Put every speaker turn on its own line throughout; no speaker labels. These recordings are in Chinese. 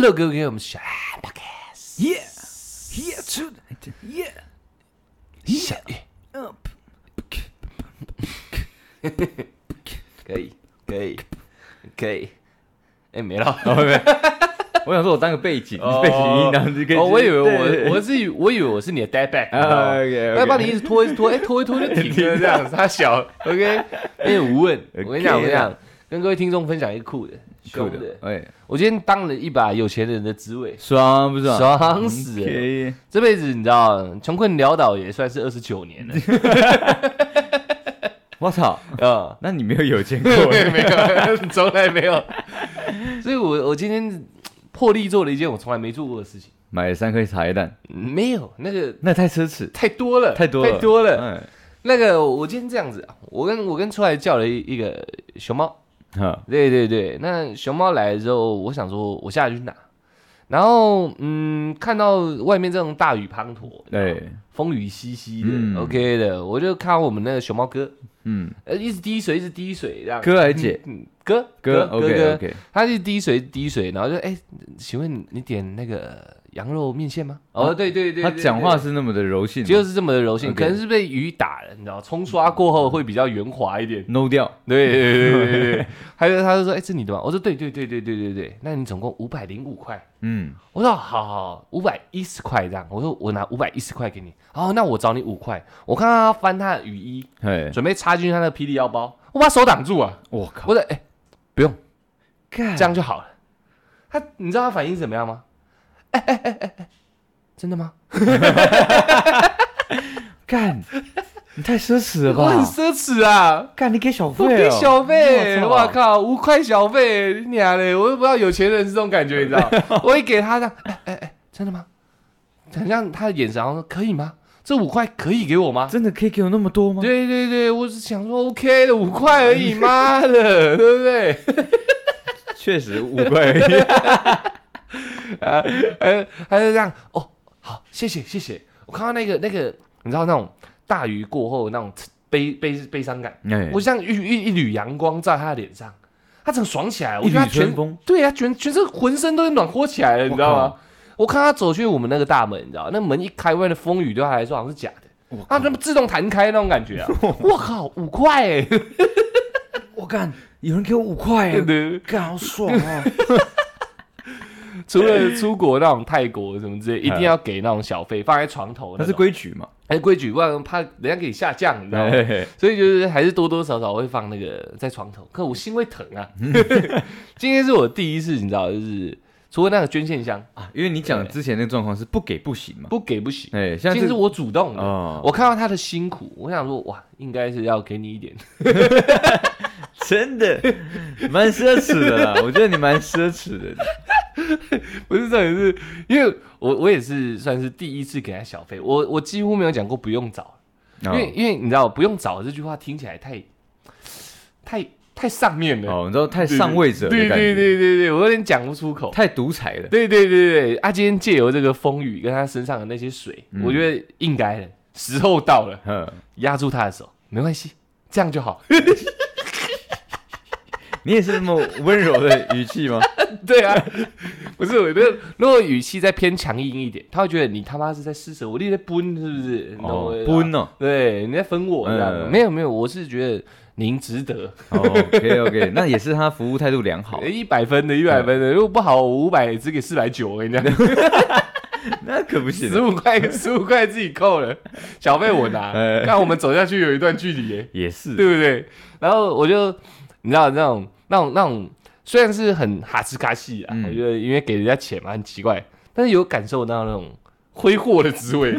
logo geven om Shine Podcast.
Yeah, yeah, tonight. Yeah,
Shine
up.
可以，可以，可以。哎，没了。
哦，没有，我想说我当个背景，背景音，然后就跟。
哦，我以为
对
我我是以我以为我是你的 d a d back，你知道吗
啊，OK，OK
那把你一直拖一直拖，哎，拖一拖就停了这样子，他小 OK，哎，无问，我跟你讲，我
OK
跟你讲，跟各位听众分享一个酷的，
酷
凶
的
的，，
哎，
我今天当了一把有钱人的职位，
爽不爽？
爽死了
OK
这辈子你知道，穷困潦倒也算是二十九年 了
我操，
啊，
那你没有 有见过？
对，没有， 从来没有，所以我我今天破例做了一件我从来没做过的事情，
买了三颗茶叶蛋，
没有那个。
那太奢侈，哎
太多了，嗯
太多了，
太多了。
了。
那个，我今天这样子啊，我跟我跟出来叫了一一个熊猫，
哈，
对对对，那熊猫来了之后，我想说我下去拿，然后嗯，看到外面这种大雨滂沱，
对，
风雨淅淅的、
嗯
o k 的，我就看我们那个熊猫哥，
嗯，
呃，一直滴水，一直滴水，这样
哥还姐，
嗯哥
哥
哥
，OK OK，
他就滴水滴水，然后就哎，请问你点那个羊肉面线吗？哦，对对对，
他
对
讲
对
话是那么的柔性，
就是这么的柔性，
OK
可能是被雨打了，你知道，冲刷过后会比较圆滑一点。
no 掉，
对对对对对 对，还有他就说：“哎、这你的吗？”我说：“对对对对对对对。”那你总共五百零五块。
嗯，
我说：“好好好，五百一十块这样。”我说：“我拿五百一十块给你。”哦，那我找你五块。我看到他翻他的雨衣，
哎，
准备插进他的霹雳腰包，我把手挡住啊！
我靠，哎
我说：“哎、不用，
干
这样就好了。”他，你知道他反应是怎么样吗？哎哎哎哎哎，真的吗？
干，你太奢侈了
我很
吧？
奢侈啊！
干，你给小
我
费
给
哦，
小费，
我操
我靠，五块小费，你娘嘞！我又不知道有钱人是这种感觉，你知道？我一给他这样，哎哎哎，真的吗？很像他的眼神，然后说可以吗？这五块可以给我吗？
真的可以给我那么多吗？
对对对，我是想说 OK 的，五块而 已，妈的，对不对？
确实五块而已，
啊， 还还是这样哦，好，谢谢谢谢。我看到那个那个，你知道那种大雨过后那种悲悲悲伤感，
哎
我像一一一缕阳光照在他的脸上，他整个爽起来，我
一
觉得
缕
他全
春风，
对啊，全全身浑身都是暖和起来了，你知道
我
吗？我看他走去我们那个大门，你知道，那门一开，外面的风雨对他来说好像是假的
我，
啊，那么自动弹开那种感觉 啊！我靠，五块哎，
我干，有人给我五块耶，干好爽 哦！
除了出国那种泰国什么之类，一定要给那种小费，放在床头
嗯那
那
是
种，
规矩嘛？
还是规矩，不然怕人家给你下降，你知道吗？
哎，
所以就是还是多多少少会放那个在床头，可我心会疼啊。今天是我第一次，你知道，就是除了那个捐献箱
啊因为你讲之前那个状况是不给不行嘛？
不给不行，
哎，像
今天
是
是我主动的，
哦
我看到他的辛苦，我想说哇，应该是要给你一点。
真 的蛮奢侈的啦，我觉得你蛮奢侈的。
不是，这点是因为我我也是算是第一次给他小费，我我几乎没有讲过不用找，因为
哦
因为你知道不用找这句话听起来太太太上面了，
哦，你知道太上位者的
对
感
对
觉，
对对对，我有点讲不出口。
太独裁 了。
对对对对，啊，今天借由这个风雨跟他身上的那些水，我觉得应该的，时候到了，
嗯，
压住他的手，没关系，这样就好。
你也是那么温柔的语 气吗？
对啊， 不是，我觉得如果语气再偏强硬一点，他会觉得你他妈是在施舍，我你在崩是不是？你懂我
哦
意，思吧
奔哦，
对，你在分我这样。
嗯
没有没有，我是觉得您值得，
OK OK，那 也是他服务态度良好，嗯
一百分的，一百分的，如果不好，我五百只给四百九，我跟你讲，
那可不行啊
十。五块十五块自己扣了，小费我拿。
哎
看我们走下去有一段距离耶，
也是，
对不对？然后我就你知道那种那种那种，虽然是很哈斯卡西啊，
嗯
我觉得因为给人家钱嘛很奇怪，但是有感受到那种挥霍的滋 味，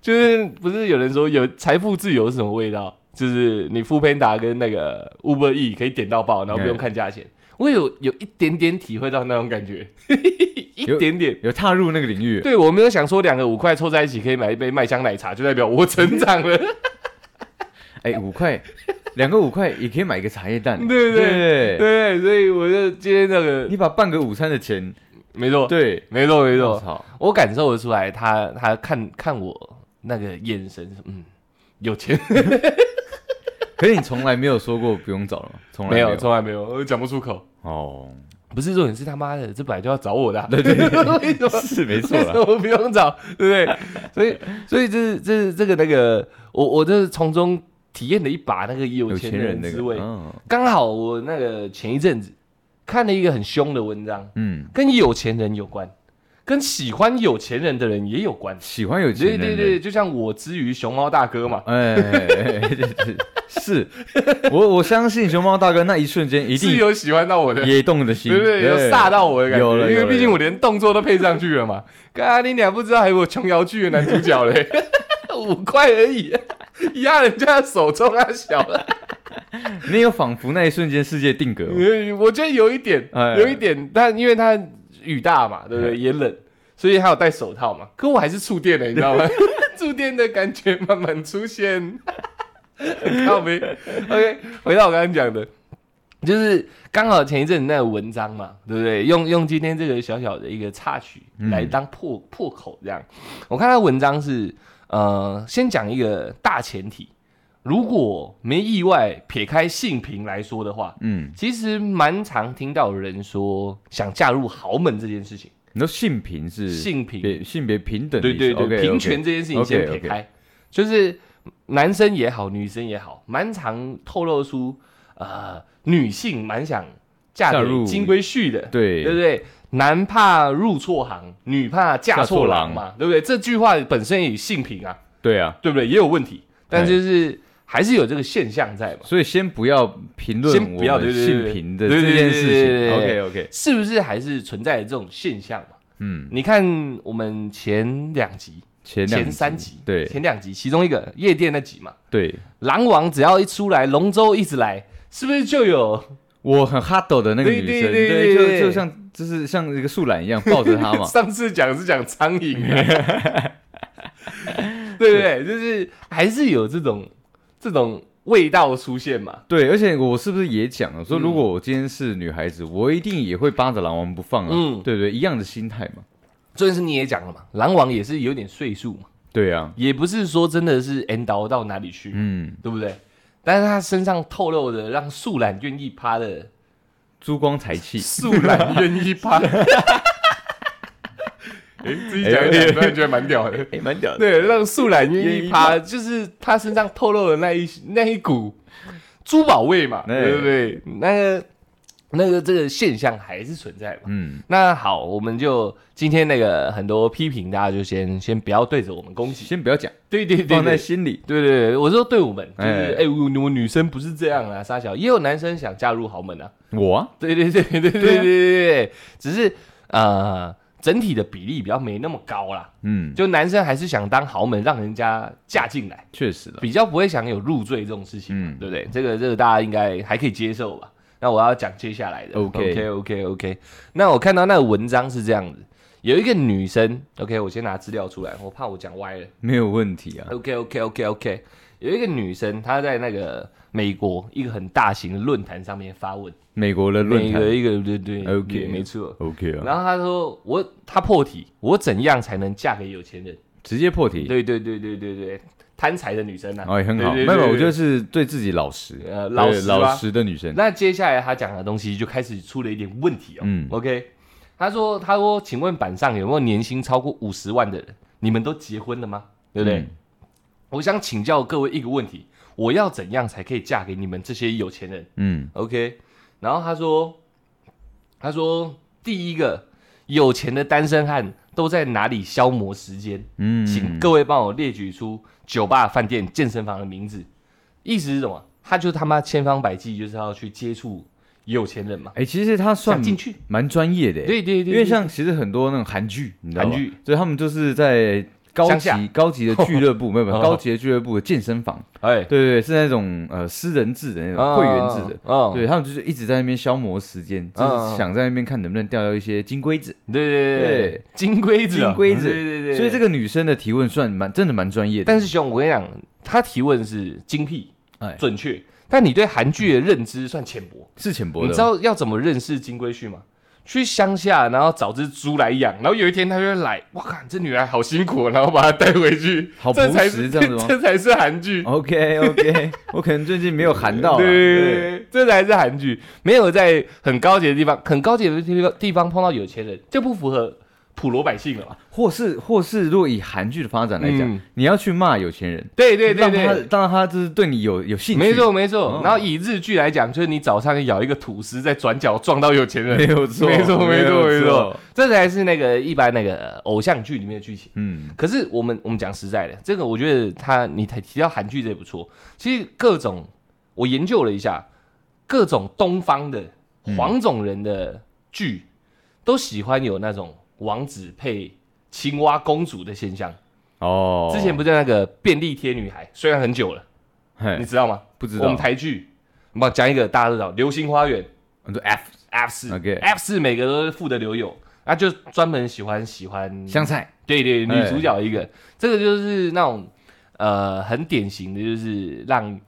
就是不是有人说有财富自由是什么味道？就是你富偏达跟那个 Uber E 可以点到爆，然后不用看价钱。我有有一点点体会到那种感 觉，一点点。
有踏入那个领域，
对我没有想说两个五块凑在一起可以买一杯麦香奶茶，就代表我成长了。
哎，五块，两个五块也可以买一个茶叶蛋，
对对
对
对，所以我就今天那个
你把半个午餐的钱，
没错，
对，
没错没
我
错，
操，
我感受得出来他，他看看我那个眼神，嗯，有钱
可是你从来没有说过不用找了吗，从来
没有，
有
从来没有，我讲不出口。
哦，
不是重点是他妈的，这本来就要找我的啊、
对对
为什么？
是没错
为什
啦。
么不用找？对不对？所以，所以这是这是这个那个，我我就是从中体验了一把那个有
有
钱
钱
人
人那
滋
个
味。，
嗯
刚好我那个前一阵子看了一个很凶的文章，
嗯，
跟有钱人有关，跟喜欢有钱人的人也有关。
喜欢有
对
钱人，
对对，，就像我之于熊猫大哥嘛，
哎，是我我相信熊猫大哥那一瞬间一
是
定
有喜欢到我的，
也动了心，
对不对？有飒到我的感
有
觉，
了
因为
有了
毕竟
有
我连动作都配上去了嘛。 刚你俩不知道还有我琼瑶剧的男主角 嘞，五块而已，压人家的手中啊小了。
你有仿佛那一瞬间世界定格哦，
我觉得有一点，
哎
有一点，但因为他雨大嘛，对不对？也冷，所以他有戴手套嘛。可我还是触电了，你知道 吗？触电的感觉慢慢出现，很靠没 OK，回到我刚刚讲的，就是刚好前一阵子那个文章嘛，对不对？用用今天这个小小的一个插曲
嗯
来当破、破口这样。我看他文章是呃，先讲一个大前提。如果没意外，撇开性平来说的话，
嗯，
其实蛮常听到有人说想嫁入豪门这件事情，
你说性平是
性平
别性别平等的
对
意思，
对对
OK，OK
平权这件事情先撇
OK，OK
开就是男生也好，女生也好，蛮常透露出呃女性蛮想嫁
嫁
给
入
金龟婿的，
对
对不对？男怕入错行，女怕嫁
嫁
错
错
郎
郎
嘛，对不对？这句话本身也性平啊，
对啊，
对不对？也有问题，但
哎
就是还是有这个现象在嘛。
所以先不要评论
先不要
我们
对对对对
性平的
对
这
对对
件
对
事
对对
情
对
，OK
对
OK，
是不是还是存在这种现象嘛？
嗯，
你看我们前两集、
前两
前三集，
对
前两集，其中一个夜店那集嘛，
对，
狼王只要一出来，龙舟一直来，是不是就有
我很哈斗的那个
对
女
对
生，
对对对
就就像就是像一个树懒一样抱着她 嘛，
上次讲是讲苍蝇、啊， 对不对？就是还是有这种这种味道出现嘛。
对，而且我是不是也讲了，说
嗯
如果我今天是女孩子，我一定也会扒着狼王不放啊，
嗯
对不对？一样的心态嘛，
重点是你也讲了嘛，狼王也是有点岁数嘛，
对啊，
也不是说真的是 end 到到哪里去，
嗯，
对不对？但是他身上透露的让素兰愿意趴的
珠光 财气，
素兰愿意 趴。哎、自己讲一讲，突然觉得蛮屌的。
哎，蛮屌，
对，让素兰愿
愿
意
意
趴，就是他身上透露的那一那一股珠宝味嘛，
哎
对不对？那个那个这个现象还是存在嘛。
嗯，
那好，我们就今天那个很多批评，大家就先先不要对着我们攻击。
先不要讲，
对对对
放在
对
心里，
对对对，我说对我们，就是哎
哎、
我我女生不是这样啊，沙小也有男生想嫁入豪门啊，
我啊，
对对对对对对
对
对
啊
对，只是呃整体的比例比较没那么高啦，
嗯，
就男生还是想当豪门，让人家嫁进来，
确实了，
比较不会想有入赘这种事情，
嗯
对不对？这个这个大家应该还可以接受吧？那我要讲接下来的
OK
OK OK OK。那我看到那个文章是这样子，有一个女生，OK，我先拿资料出来，我怕我讲歪了。
没有问题啊，
OK OK OK OK，有一个女生，她在那个美国一个很大型的论坛上面发问，
美国的论
美国
坛
一个对对
OK
对没错。
，OK 啊，
然后她说我她破题，我怎样才能嫁给有钱人？
直接破题，
对对对对对对，贪财的女生啊，
哦，也很好，
对
没有，我觉得。是对自己老实，
呃
对
老实吧
老实的女
对
生，
那接下来她讲的东西就开始出了一点问题哦。
嗯
OK，她说她说，请问板上有没有年薪超过五十万的人？你们都结婚了吗？对不对？
嗯
我想请教各位一个问题：我要怎样才可以嫁给你们这些有钱人
嗯，
？OK，然后他说，他说第一个，有钱的单身汉都在哪里消磨时间？
嗯，
请各位帮我列举出酒吧、饭店、健身房的名字。意思是什么？他就他妈千方百计就是要去接触有钱人嘛，
哎，其实他
想
算
进去。
蛮专业的，
对对对，
因
对
为像其实很多那种韩剧，你知道吗
韩剧，
所以他们就是在高
乡下
级高级的俱乐 部，没有没有
哦
高级的俱乐部的健身房，
哎
对对对，是那种呃私人制的那
哦
种会员制的。，
嗯，
对他们就是一直在那边消磨时间，就
嗯嗯
是想在那边看能不能钓到一些金龟子。
对对对对
对，
金龟子啊，
金龟子
对对对，
所以这
个，
个女生的提问算蛮真的蛮专业的。
但是兄，我跟你讲，他提问是精辟
哎，
准确，但你对韩剧的认知算浅薄。
是浅薄
你
的，
知道要怎么认识金龟婿吗？去乡下，然后找只猪来养，然后有一天他就会来，哇靠，这女孩好辛苦哦，然后把她带回去，
好
这
朴
才
实
是
这样子吗哦
才是韩剧。
OK OK，我可能最近没有喊到啦。啊
对对
对，
对对，这才是韩剧，没有在很高级的地方，很高级的地方地方碰到有钱人，就不符合普罗百姓了嘛。
或是或是，如果以韩剧的发展来讲，
嗯
你要去骂有钱人，
对对对
让
对
他，让他就是对你有有兴趣，
没错没错
哦。
然后以日剧来讲，就是你早上咬一个吐司，在转角撞到有钱人，
没有错
没错没错
没有
没错
错，
这才是那个一般那个呃偶像剧里面的剧情。
嗯，
可是我们我们讲实在的，这个我觉得他你提提到韩剧这也不错。其实各种我研究了一下，各种东方的
嗯
黄种人的剧、都喜欢有那种王子配青蛙公主的现象。
哦，
之前不是那个便利贴女孩，虽然很久了，你
嘿，
知道吗？
不哎知
我们
道，
台剧，我们讲一个大家都知道，《流星花园》
很多 F
F 四
OK
F 四每个都是富得流油，那就专门喜欢喜欢
香菜，
对对，
哎
女主角一个，这个就是那种呃很典型的，就是让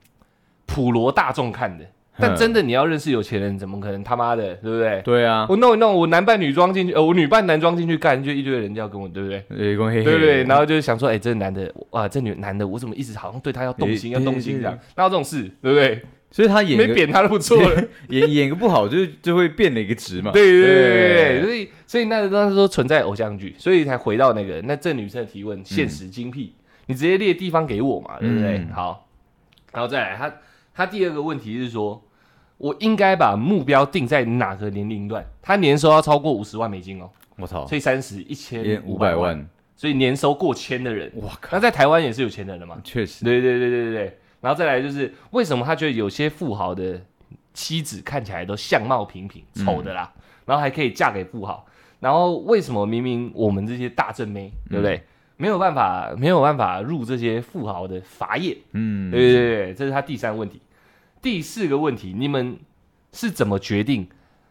普罗大众看的。但
嗯
真的你要认识有钱人，怎么可能他妈的，对不对？
对啊，
我弄一弄，我男扮女装进去，呃，我女扮男装进去干，就一堆人要跟我，对不对？
有一公黑黑，
对不对？然后就是想说，哎，这男的，哇，这女男的，我怎么一直好像对他要动心，
哎
要动心
对对
这样？哪有这种事，对不对？
所以他演
没
个
扁他都不错了。
演演个不好，就就会变了一个值嘛，
啊对对对对，所以所以那当时说存在偶像剧，所以才回到那个那这女生的提问，现实精辟，你直接列地方给我嘛，对不对？
嗯
好，然后再来，他他第二个问题是说，我应该把目标定在哪个年龄段？他年收要超过五十万美金哦，
我操，
所以三十一千
演
五
五
百
百
万，
万，
所以年收过千的人，
我靠，
那在台湾也是有钱人的嘛？
确实，
对对对对对对，然后再来就是为什么他觉得有些富豪的妻子看起来都相貌平平，丑的
嗯
啦，然后还可以嫁给富豪，然后为什么明明我们这些大正妹，对不对？
嗯
没有办法，没有办法入这些富豪的法眼，
嗯，
对对对对，这是他第三个问题。第四个问题，你们是怎么决定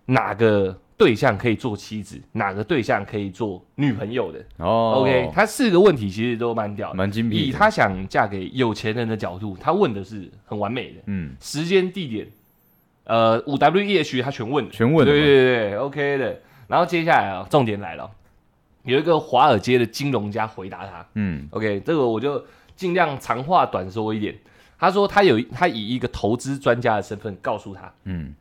哪个对象可以做妻子，哪个对象可以做女朋友的、
哦
o k 他四个问题其实都蛮屌的。
蛮精
以
辟的，
她想嫁给有钱人的角度，她问的是很完美的
嗯，
时间、地点，呃，五 W E H 她全问了，
全问了
对
嘛，
对对对，OK 的。然后接下来啊，重点来了，有一个华尔街的金融家回答她
嗯，
，OK，这个我就尽量长话短说一点。他说他有他以一个投资专家的身份告诉她，
嗯，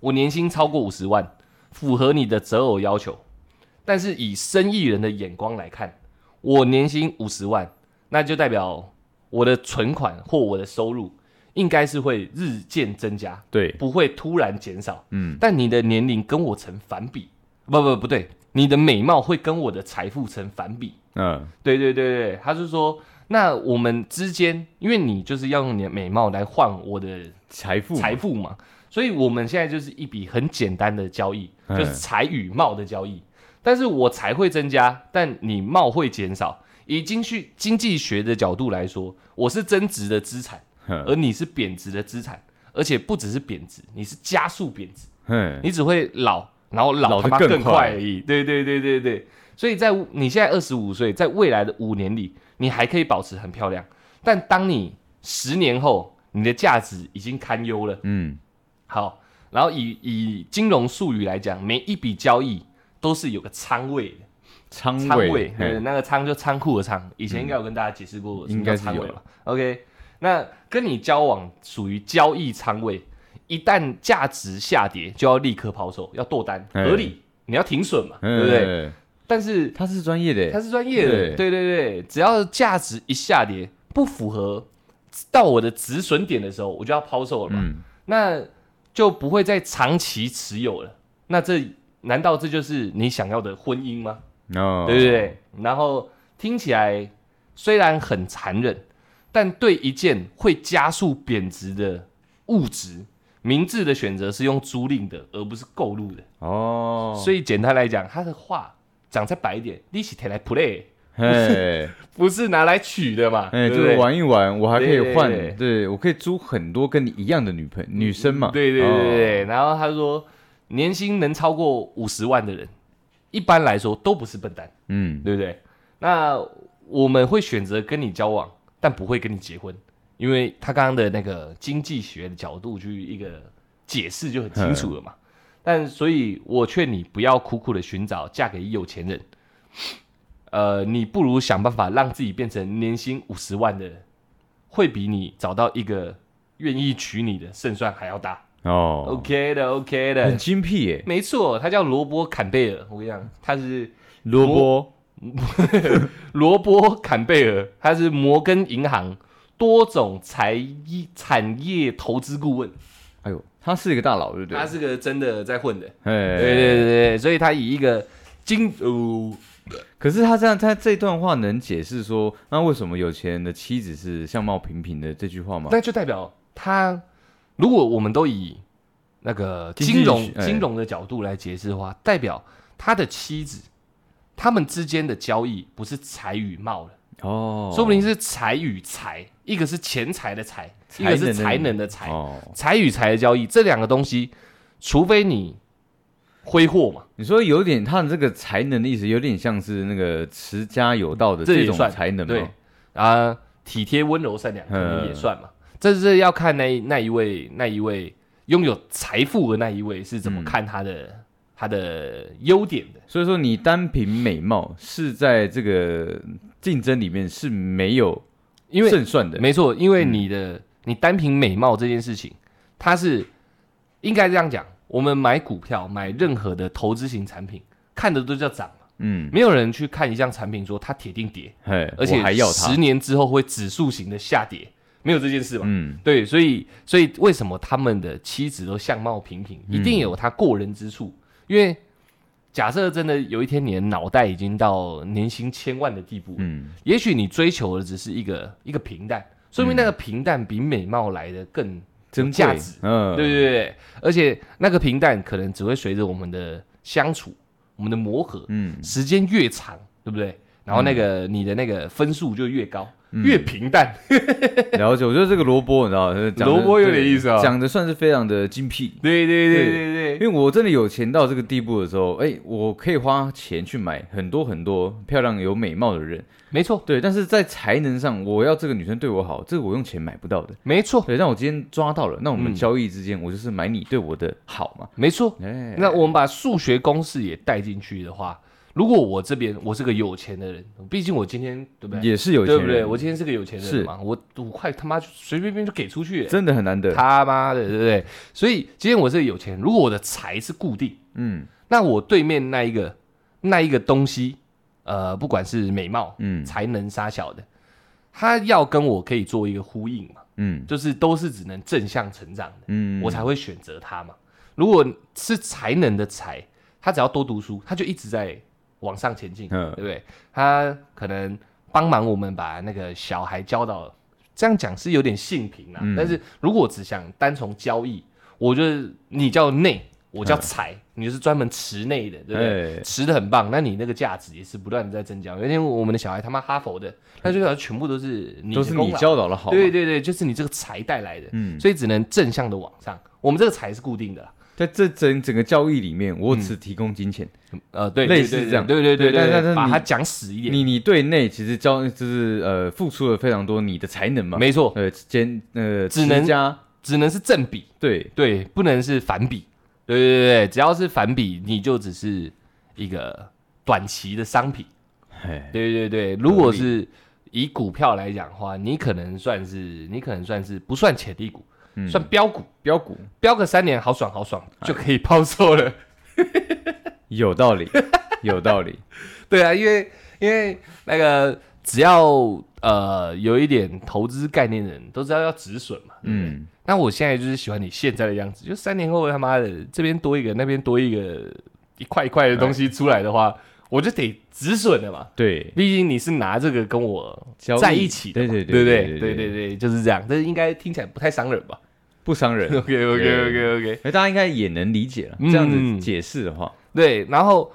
我年薪超过五十万，符合你的择偶要求。但是以生意人的眼光来看，我年薪五十万，那就代表我的存款或我的收入应该是会日渐增加，
对，
不会突然减少。
嗯，
但你的年龄跟我成反比，不不不对，你的美貌会跟我的财富成反比。
嗯，
对对对对，他是说，那我们之间，因为你就是要用你的美貌来换我的
财富嘛，
财富嘛，所以我们现在就是一笔很简单的交易，
嗯
就是财与貌的交易。但是我财会增加，但你貌会减少。以经济经济学的角度来说，我是增值的资产，
哼
而你是贬值的资产，而且不只是贬值，你是加速贬值，
哼，
你只会老，然后老
老
他
得
妈
更
更
快
快而已。对对对对对，所以在你现在二十五岁，在未来的五年里，你还可以保持很漂亮，但当你十年后，你的价值已经堪忧了。
嗯，
好，然后以以金融术语来讲，每一笔交易都是有个仓位的，
仓
仓位，
位，
对，
嗯
那个仓就仓库的仓，以前应该有跟大家解释过什么
应
叫
该是
仓位
有
吧？OK，那跟你交往属于交易仓位，一旦价值下跌，就要立刻抛售，要剁单，
嘿
合理，你要停损嘛，对
嗯
不对？？但是
他是专业的，
他是专业的，对
对
对对，只要价值一下跌，不符合到我的止损点的时候，我就要抛售了嘛。
嗯，
那就不会再长期持有了。那这难道这就是你想要的婚姻吗？
哦，
对不对？然后听起来虽然很残忍，但对一件会加速贬值的物质，明智的选择是用租赁的，而不是购入的。
哦，
所以简单来讲，他的话讲再白一点，利息拿来 play，
嘿，
不是拿来取的嘛？对
哎，就
不
是
对？
玩一玩，我还可
对对
以换
对，嗯
对我可以租很多跟你一样的女朋女生嘛，
对对对对
哦，
对。然后他说，年薪能超过五十万的人，一般来说都不是笨蛋。
嗯，
对不对？那我们会选择跟你交往，但不会跟你结婚，因为他刚刚的那个经济学的角度去一个解释就很清楚了嘛。但所以，我劝你不要苦苦的寻找嫁给有钱人，呃，你不如想办法让自己变成年薪五十万的人，会比你找到一个愿意娶你的胜算还要大。
哦，
OK 的，OK 的，
很精辟耶，
没错，他叫罗伯·坎贝尔，我跟你讲，他是
萝卜
罗伯·坎贝尔，他是摩根银行多种财业产业投资顾问，
哎呦，他是一个大佬，对不对？
他是个真的在混的。
哎，
对对对对，所以他以一个金哦，
可是他这样，他这段话能解释说，那为什么有钱人的妻子是相貌平平的这句话吗？
那就代表他，如果我们都以那个
经济
金融
学哎
金融的角度来解释的话，代表他的妻子他们之间的交易不是财与貌了，
哦，
说不定是财与财，一个是钱财的财，一个
才能
是
的
才能的才，
哦，
财与财的交易这两个东西，除非你挥霍嘛，
你说有点他的这个才能的意思，有点像是那个持家有道的
这也
种
算
才能吗？
对啊、体贴温柔善良可能
嗯
也算嘛。这是要看那一那一位那一位拥有财富的那一位是怎么
嗯
看他的、他的优点的。
所以说你单凭美貌是在这个竞争里面是没有
因为
胜算的。嗯
没错，因为你的、你单凭美貌这件事情，它是应该这样讲。我们买股票买任何的投资型产品，看的都叫涨嘛，
嗯，
没有人去看一项产品说它铁定跌，
嘿，
而且
我还要
十
他，
年之后会指数型的下跌，没有这件事嘛。
嗯，
对，所以所以为什么他们的妻子都相貌平平，
嗯
一定有他过人之处？因为假设真的有一天你的脑袋已经到年薪千万的地步，
嗯，
也许你追求的只是一个一个平淡，说明那个平淡比美貌来的更
真
价
贵
值，
嗯，
对对对，而且那个平淡可能只会随着我们的相处、我们的磨合，
嗯，
时间越长，对不对？然后那个、你的那个分数就越高，
嗯
越平淡。
了解。我觉得这个萝卜，你知道，呃讲得
萝卜有点意思啊
讲的算是非常的精辟。
对对
对
对对
因为我真的有钱到这个地步的时候，哎、我可以花钱去买很多很多漂亮有美貌的人，
没错，
对，但是在才能上，我要这个女生对我好，这个我用钱买不到的。
没错，
对，但我今天抓到了，那我们
嗯
交易之间，我就是买你对我的好嘛。
没错。
哎、
那我们把数学公式也带进去的话，如果我这边我是个有钱的人，毕竟我今天对不对？
也是有钱
对
人，
不对？我今天是个有钱人
是
嘛，我五块他妈就随随便便就给出去了，
真的很难得。
他妈的，对不对？所以今天我是个有钱人，如果我的财是固定，
嗯
那我对面那一个那一个东西，呃，不管是美貌、
嗯
才能、杀小的，他要跟我可以做一个呼应嘛，
嗯
就是都是只能正向成长的。
嗯，
我才会选择他嘛。如果是才能的才，他只要多读书，他就一直在往上前进，对
嗯
不对？他可能帮忙我们把那个小孩教到，这样讲是有点性平啦。
嗯
但是如果只想单从交易，我觉得你叫内，我叫财，你就是专门持内的，对不对？
嗯哎
持的很棒，那你那个价值也是不断的在增加。有一天我们的小孩他妈哈佛的，那就表示全部都是你
都
的
是
功
你
劳
教导的好嘛。
对对对，就是你这个财带来的，
嗯
所以只能正向的往上。我们这个财是固定的啦，
在这整整个交易里面，
嗯
我只提供金钱。
呃，对，
类似
对对
这样
对对对
对但但是
把
你
它讲死一点，
你你对内其实交就是呃付出了非常多你的才能嘛。
没错，
呃，兼呃
只能
持家
只能是正比，
对
对，不能是反比，对对对对，只要是反比，你就只是一个短期的商品，
哎
对对对。如果是以股票来讲的话，你可能算是你可能算是不算潜力股，
嗯
算标股，
标股
标个三年，好爽好爽就可以抛售了。
有道 理，有道理。
对啊，因为因为那个只要呃有一点投资概念的人都知道要止损嘛，嗯。
嗯，
那我现在就是喜欢你现在的样子，就三年后他妈的这边多一个，那边多一个，一块一块的东西出来的话，我就得止损了嘛。
对，
毕竟你是拿这个跟我
交易
在一起的嘛，对
对对
不
对
对
对
对对，就是这样。但是应该听起来不太伤人吧
不伤人。
？OK OK
对
OK OK。
哎，大家应该也能理解了。
嗯
这样子解释的话，
对，然后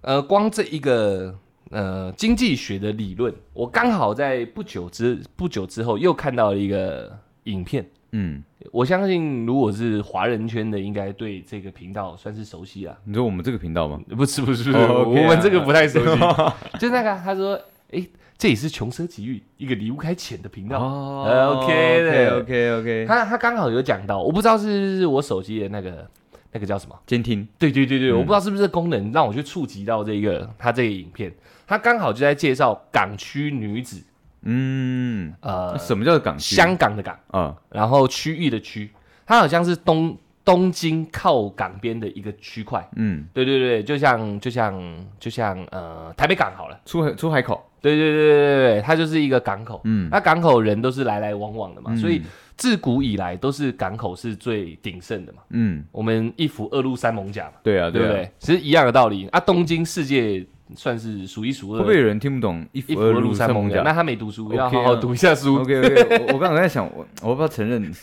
呃，光这一个呃经济学的理论，我刚好在不久之不久之后又看到了一个影片。
嗯，
我相信，如果是华人圈的，应该对这个频道算是熟悉啊。
你说我们这个频道吗？
不是不是，
哦，OK 啊
我们这个不太熟悉。 就那个他说，诶，这也是穷奢极欲一个离不开钱的频道。
哦
OK 的
OK OK，
他他刚好有讲到，我不知道是不是我手机的那个那个叫什么？
监听，
对对对对，
嗯
我不知道是不是这功能让我去触及到这个他这个影片，他刚好就在介绍港区女子，
嗯，
呃，
什么叫港区？
香港的港，
啊，
然后区域的区，它好像是东东京靠港边的一个区块。
嗯，
对对对，就像就像就像呃台北港好了，
出海出海口，
对对对对对对，它就是一个港口。
嗯，
那港口人都是来来往往的嘛，
嗯
所以自古以来都是港口是最鼎盛的嘛。
嗯，
我们一府二路三艋甲嘛，
对啊，
对不
啊，
对？其实一样的道理啊。东京世界算是数一数
会
二
不会有人听不懂一
一
府
府二
路
路三
艋
艋甲，
甲
那他没读书，
OK
要好好
啊
读一下书。
？OK OK，我我刚刚在想，我我要不要承认是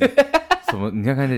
什么？ 你看看这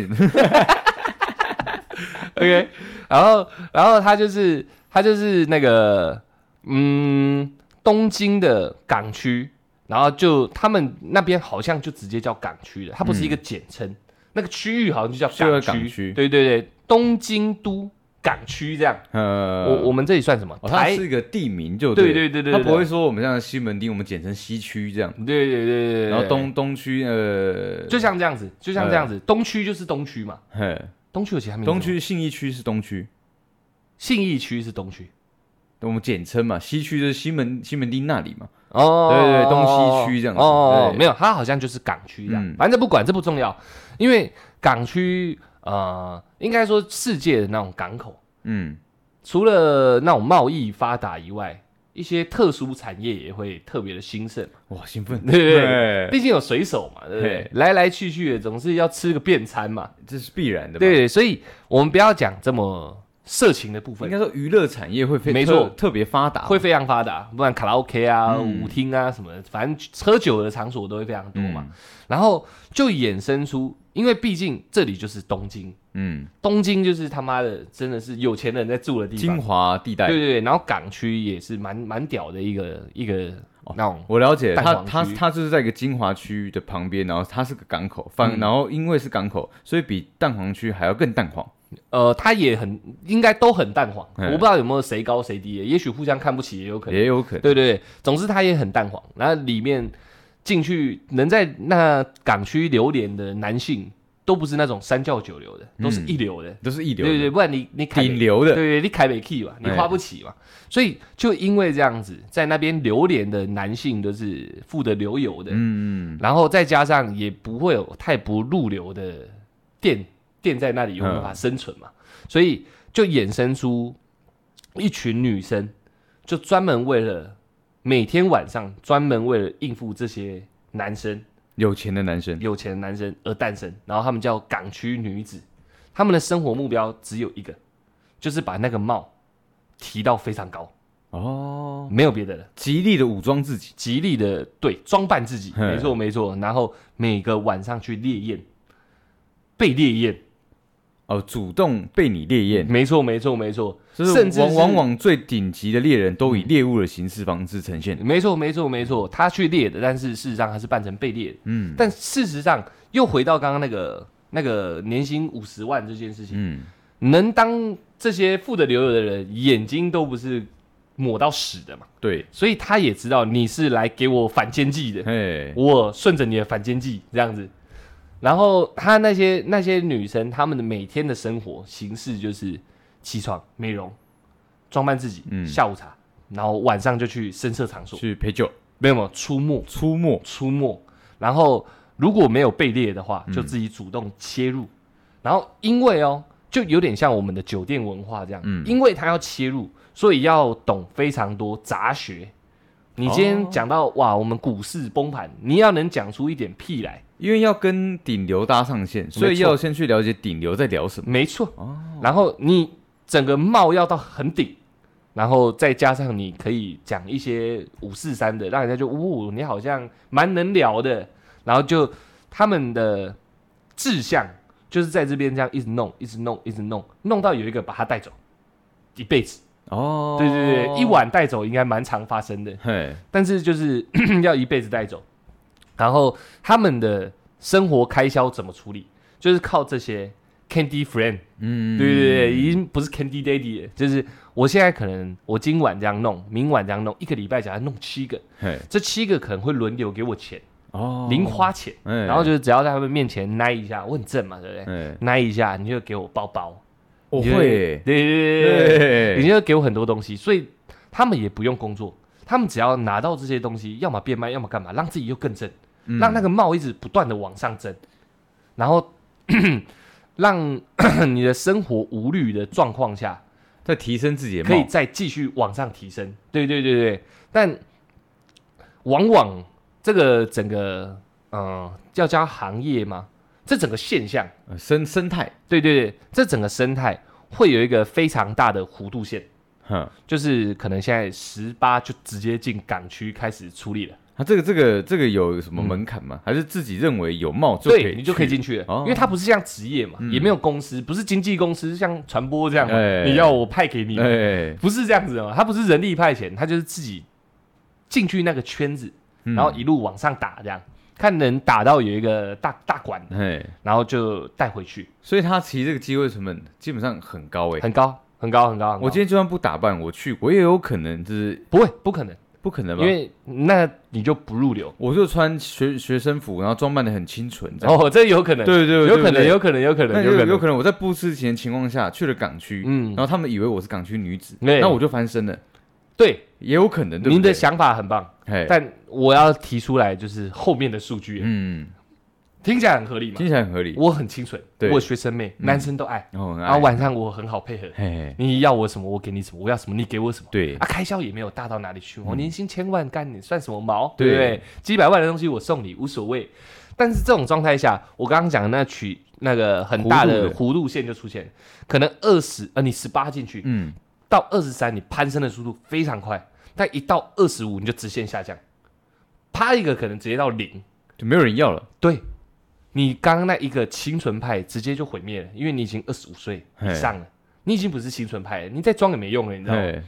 OK，然后然后他就是他就是那个嗯东京的港区，然后就他们那边好像就直接叫港区了，它不是一个简称，那个区域好像就叫
嗯就叫
港区。
港区
对对对，东京都港区这样。
呃，
我我们这里算什么？
哦，它
台
是一个地名就
对
对
对对对
它
对
不会说我们像西门町，我们简称西区这样，
对对对对对，
然后东东区呃，
就像这样子，就像这样子，东区就是东区嘛，
嘿，
东区有其他名字吗
东区信义区是东区，
信义区是东区
我们简称嘛，西区就是西门西门町那里嘛，
哦
对对对东西区这样子
哦哦，哦
对
没有，它好像就是港区这样，
嗯
反正这不管这不重要，因为港区呃，应该说世界的那种港口，
嗯，
除了那种贸易发达以外，一些特殊产业也会特别的兴盛，
哇，兴奋，
对不对
对
毕竟有水手嘛，对不对
嘿？
来来去去的，总是要吃个便餐嘛，
这是必然的，，
对，所以我们不要讲这么色情的部
应
分，
该说娱乐产业会非
没
特
错
特别发达，
会非常发达，不然卡拉 OK 啊、
啊嗯
舞厅啊什么的，反正喝酒的场所都会非常多
嗯
嘛。然后就衍生出，因为毕竟这里就是东京，
嗯，
东京就是他妈的真的是有钱人在住的地
精
方，
华地带
对对，对。然后港区也是蛮蛮屌的一
哦
个一个那种，
我了解，
蛋
它
黄
它
区
它就是在一个精华区的旁边，然后它是个港口，反、
嗯
然后因为是港口，所以比蛋黄区还要更蛋黄。
呃，他也很应该都很蛋黄，
嗯
我不知道有没有谁高谁低，也许互相看不起也有可能，
也有可能。
对对对，总之他也很蛋黄。然后里面进去能在那港区流连的男性，都不是那种三教九流的，都是一流的。
都是嗯一流
对对对，
的，
不然你你凯美
顶流
对
的，哎
对，你凯美 key 嘛，你花不起嘛。所以就因为这样子，在那边流连的男性都是富得流油的，
嗯，
然后再加上也不会有太不入流的店店在那里有办
嗯
法生存嘛，所以就衍生出一群女生，就专门为了每天晚上专门为了应付这些男生
有钱的男生，
有钱的男生而诞生，然后他们叫港区女子，他们的生活目标只有一个，就是把那个帽提到非常高，
哦，
没有别的了。
极力的武装自己，
极力的对装扮自己，
嘿
没错没错。然后每个晚上去烈焰，被烈焰，
哦，主动被你猎艳，
没错没错没错，
就
嗯
是
甚至
往
是
往往最顶级的猎人都以猎物的形式方式呈现，
没错没错没错。他去猎的，但是事实上他是扮成被猎的。
嗯
但事实上又回到刚刚那个那个年薪五十万这件事情，
嗯，
能当这些富得流油的人，眼睛都不是抹到屎的嘛，
对，
所以他也知道你是来给我反间计的。
嘿，
我顺着你的反间计这样子。然后她那些那些女生，她们的每天的生活形式就是起床、美容、装扮自己，
嗯
下午茶，然后晚上就去深色场所，
去陪酒，
没有没有出没
出没，
出没。然后如果没有被猎的话，
嗯
就自己主动切入。然后因为哦，就有点像我们的酒店文化这样，
嗯
因为他要切入，所以要懂非常多杂学。你今
哦
天讲到、哇，我们股市崩盘，你要能讲出一点屁来，
因为要跟顶流搭上线，所以
没错
要先去了解顶流在聊什么。
没错。
哦
然后你整个帽要到很顶，然后再加上你可以讲一些五四三的，让人家就呜、你好像蛮能聊的。然后就他们的志向就是在这边这样一直弄，一直弄，一直弄，弄到有一个把他带走，一辈子。
哦，
对对对，一，晚带走应该蛮常发生的，
嘿，
但是就是 要一辈子带走。然后他们的生活开销怎么处理，就是靠这些 Candy Friend。
嗯，
对对对，已经不是 Candy Daddy 了，就是我现在可能我今晚这样弄，明晚这样弄，一个礼拜假如弄七个，
嘿，
这七个可能会轮流给我钱，
哦，
零，花钱，
哎
然后就是只要在他们面前奶一下，我很正嘛，对不对？
哎，
奶一下，你就给我包包，
我
你就
会
对对对对对
对，
人家给我很多东西，所以他们也不用工作，他们只要拿到这些东西，要么变卖，要么干嘛，让自己又更正，
嗯
让那个帽一直不断的往上增，然后 让你的生活无虑的状况下，
在提升自己的
可以
帽，
再继续往上提升。对对对对，但往往这个整个嗯、呃要叫行业嘛，这整个现象，
呃生生态，
对对对，这整个生态会有一个非常大的弧度线。
哼，
就是可能现在十八就直接进港区开始处理了，
他啊这个这个这个有什么门槛吗？还是自己认为有帽就
嗯
可
对
以
你就可以进去了，
哦嗯
因为它不是像职业嘛，也没有公司，不是经纪公司，像传播这样嘛，
哎
你要我派给你
去？，哎，
不是这样子的嘛，它不是人力派遣，它就是自己进去那个圈子，
嗯
然后一路往上打，这样看能打到有一个大大馆，
哎，
然后就带回去，
所以他其实这个机会成本基本上很高哎。
很高很高很高，很高
我今天就算不打扮，我去我也有可能就是
不会不可能，
不可能吧？
因为那你就不入流，
我就穿学学生服，然后装扮的很清纯，这样。
哦，这有可能，
对对对，
有可
对
能，有可能，有可
那
能，
有
有可
有
能，
可能我在不知情的情况下去了港区，
嗯
然，后他们以为我是港区女子，
对
那我就翻身了，
对。
也有可能，对不对？
您的想法很棒，
哎，
但我要提出来就是后面的数据，
嗯，
听起来很合理嘛
听？起来很合理。
我很清纯，我
对
有学生妹，男生都爱，
哦，
然后
我，
晚上啊我很好配合，
嘿，
你要我什么我给你什么，我要什么你给我什么。
对嗯
啊，开销也没有大到哪里去，我年薪千万干你算什么毛？
对
对不对？几百万的东西我送你无所谓。但是这种状态下，我刚刚讲的那曲那个很大
弧度
的
的
弧度线就出现，可能二十呃你十八进去
嗯，
到二十三，你攀升的速度非常快，但一到二十五你就直线下降，啪一个可能直接到零。
就没有人要了，
对，你刚刚那一个清纯派直接就毁灭了，因为你已经二十五岁
嘿
以上了，你已经不是清纯派了，你再装也没用了，你知道吗？
哎，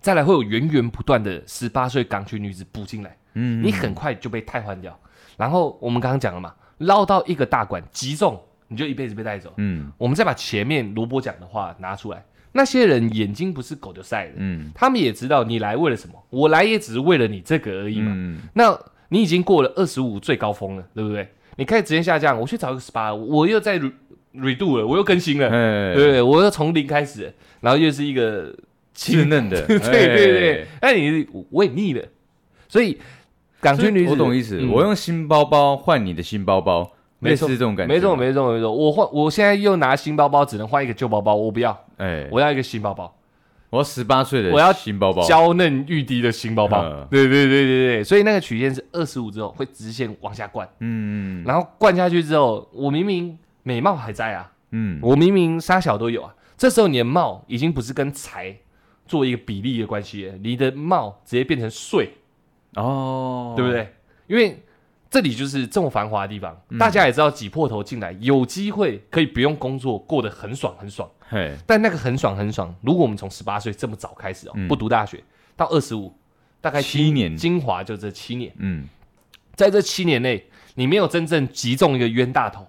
再来会有源源不断的十八岁港区女子补进来，
嗯，
你很快就被汰换掉。然后我们刚刚讲了嘛，捞到一个大管击中，你就一辈子被带走。
嗯
我们再把前面罗伯讲的话拿出来，那些人眼睛不是狗就晒的，
嗯
他们也知道你来为了什么，我来也只是为了你这个而已嘛。
嗯，
那你已经过了二十五最高峰了，对不对？你可以直接下降，我去找一个十八，我又在 re- redo 了，我又更新了，对
哎，
不 对？我又从零开始，然后又是一个
稚嫩 的，
对对对那
哎，，
你我也腻了，所以港
所
区女
以
子，
我懂意思，
嗯
我用新包包换你的新包包，类
没错
似这种感觉，
没错，没错没错，我换我现在又拿新包包，只能换一个旧包包，我不要，
哎，
我要一个新包包。
我要十八岁的，
我要
新包包，
娇嫩欲滴的新包包
嗯。
对对对对对，所以那个曲线是二十五之后会直线往下灌，
嗯
然后灌下去之后，我明明美貌还在啊，
嗯
我明明沙小都有啊，这时候你的貌已经不是跟财做一个比例的关系了，你的貌直接变成税，
哦，
对不？对？因为这里就是这么繁华的地方，
嗯
大家也知道挤破头进来，有机会可以不用工作，过得很爽很爽。
嘿，
但那个很爽很爽。如果我们从十八岁这么早开始哦，
嗯
不读大学到二十五，大概
七
精
年
精华就这七年，
嗯，
在这七年内，你没有真正击中一个冤大头，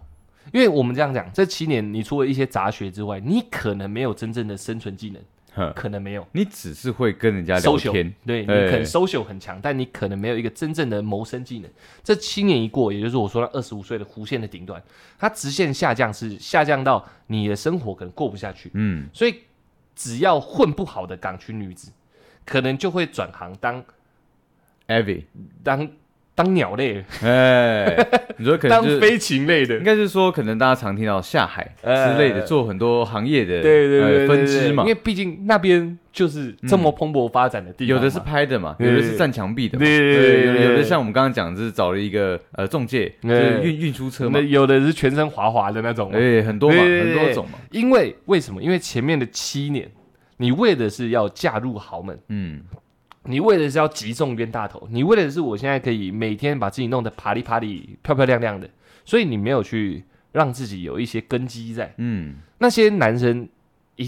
因为我们这样讲，这七年你除了一些杂学之外，你可能没有真正的生存技能，
呵，
可能没有。
你只是会跟人家聊
social
天，
对你
哎
可能 social 很强，但你可能没有一个真正的谋生技能。这七年一过，也就是我说的二十五岁的弧线的顶端，它直线下降是下降到你的生活可能过不下去，
嗯，
所以只要混不好的港区女子，可能就会转行当
Avi，
当当鸟类，
哎，你说可能
当
就是
飞禽类的
应。该是说，可能大家常听到下海之类的，
哎
做很多行业的
对对对对对
呃分支嘛
因为，毕竟那边就是这么蓬勃发展的地方嘛、
嗯有的是拍的嘛，
对
有
对
的是站墙壁的嘛，
对对对对
有
对
有的
对
像我们刚刚讲，就是找了一个呃中介，就
哎
是运运输车嘛
那，有的是全身滑滑的那种嘛、
哎，很多嘛，
对对
很
对
多种嘛，
因为为什么？因为前面的七年，你为的是要嫁入豪门，
嗯，
你为的是要击中冤大头，你为的是我现在可以每天把自己弄得啪里啪里、漂漂亮亮的，所以你没有去让自己有一些根基在。
嗯，
那些男生一，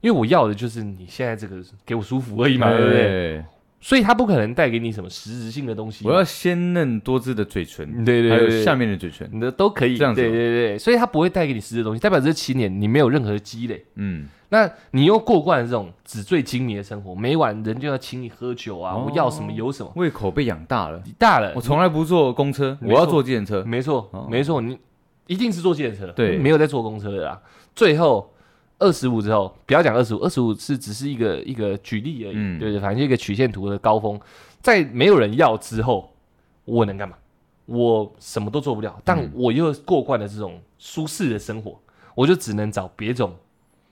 因为我要的就是你现在这个给我舒服而已嘛，对不对？
哎
所以他不可能带给你什么实质性的东西。
我要鲜嫩多汁的嘴唇，
对嗯对
还
对
有
对，
下面的嘴唇，
你的都可以，
这样子
对
吗
对对，所以他不会带给你实质的东西，代表这七年你没有任何积累。
嗯，
那你又过惯了这种纸醉金迷的生活，每晚人就要请你喝酒啊，
哦
我要什么有什么。
胃口被养大了。
你大了
我，从来不坐公车，
嗯没
我要
错
坐计程车。
没错
哦
没错，你一定是坐计程车，
对
没有在坐公车的啦。最后二十五之后，不要讲二十五，二十五是只是一个一个举例而已，
嗯
对对，反正就一个曲线图的高峰，在没有人要之后，我能干嘛？我什么都做不了，
嗯
但我又过惯了这种舒适的生活，我就只能找别种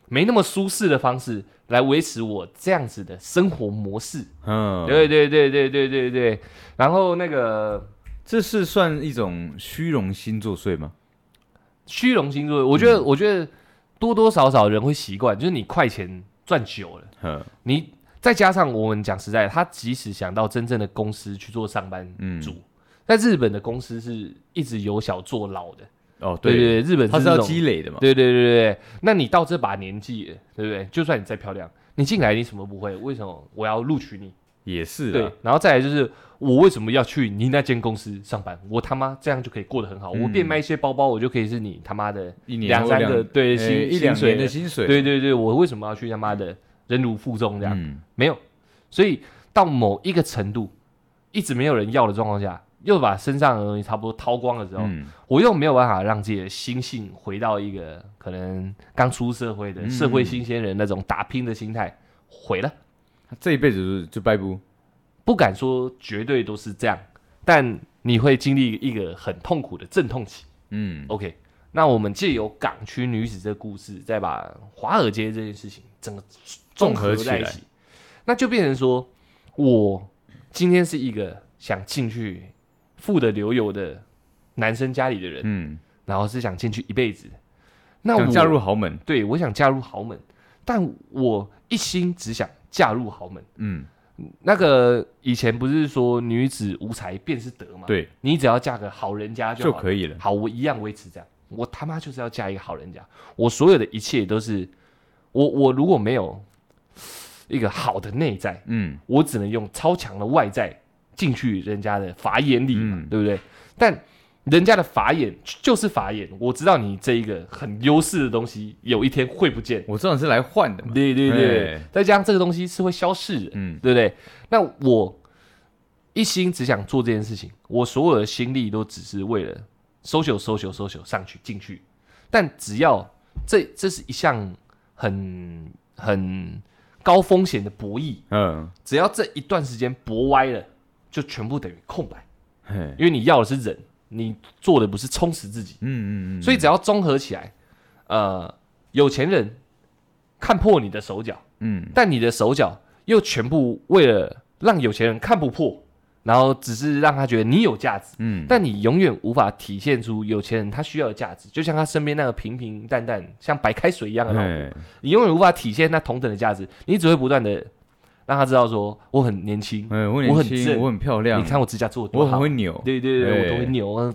没那么舒适的方式来维持我这样子的生活模式。
嗯，
对对对对对对对，然后那个
这是算一种虚荣心作祟吗？
虚荣星座，我觉得、
嗯
我觉得多多少少人会习惯，就是你快钱赚久了，
嗯
你再加上我们讲实在，他即使想到真正的公司去做上班
嗯
族，在日本的公司是一直由小做老的，
哦，
对对，
对，
日本
它
是
是
那
要
种
积累的嘛。
对对对对对，那你到这把年纪了，对不对？就算你再漂亮，你进来你什么不会？为什么我要录取你？
也是
对
啊，，
然后再来就是我为什么要去你那间公司上班？我他妈这样就可以过得很好，
嗯
我变卖一些包包，我就可以是你他妈的
一年
两
或
三个对
呃
薪
一两
薪水
年的
了
薪水，
对对对，我为什么要去他妈的忍辱负重这样？
嗯，
没有，所以到某一个程度，一直没有人要的状况下，又把身上的东西差不多掏光了之后，
嗯
我又没有办法让自己的心性回到一个可能刚出社会的
嗯
社会新鲜人那种打拼的心态，毁了。
他这一辈子就是就拜不，
不敢说绝对都是这样，但你会经历一个很痛苦的阵痛期。
嗯，
OK，那我们借由港区女子这故事，再把华尔街这件事情整个综合在一
综合起
起，那就变成说，我今天是一个想进去富得流油的男生家里的人，
嗯，
然后是想进去一辈子的。那我
想嫁入豪门，
对我想嫁入豪门，但我一心只想嫁入豪门。
嗯，
那个以前不是说女子无才便是德吗？，
对，
你只要嫁个好人家就
就
好了
可以了。
好，我一样维持这样。我他妈就是要嫁一个好人家，我所有的一切都是我我如果没有一个好的内在，
嗯，
我只能用超强的外在进去人家的法眼里嘛，
嗯
对不对？但人家的法眼就是法眼，我知道你这一个很优势的东西有一天会不见，
我知道你是来换的嘛，
对对对
哎，
再加上这个东西是会消逝的，
嗯
对不对？那我一心只想做这件事情，我所有的心力都只是为了 social social social 上去进去，但只要这这是一项很很高风险的博弈，
嗯，
只要这一段时间博歪了，就全部等于空白，
嘿，嗯
因为你要的是人，你做的不是充实自己，
嗯嗯，
所以只要综合起来，呃，有钱人看破你的手脚。
嗯，
但你的手脚又全部为了让有钱人看不破，然后只是让他觉得你有价值，
嗯，
但你永远无法体现出有钱人他需要的价值。就像他身边那个平平淡淡、像白开水一样的老婆，
哎，
你永远无法体现那同等的价值，你只会不断的让他知道说我很年轻，
哎，我
我
很
很
年轻，
正
我很漂亮，
你看我指甲做的多
我很
好
会。扭，
对对对，
哎
我都会扭，嗯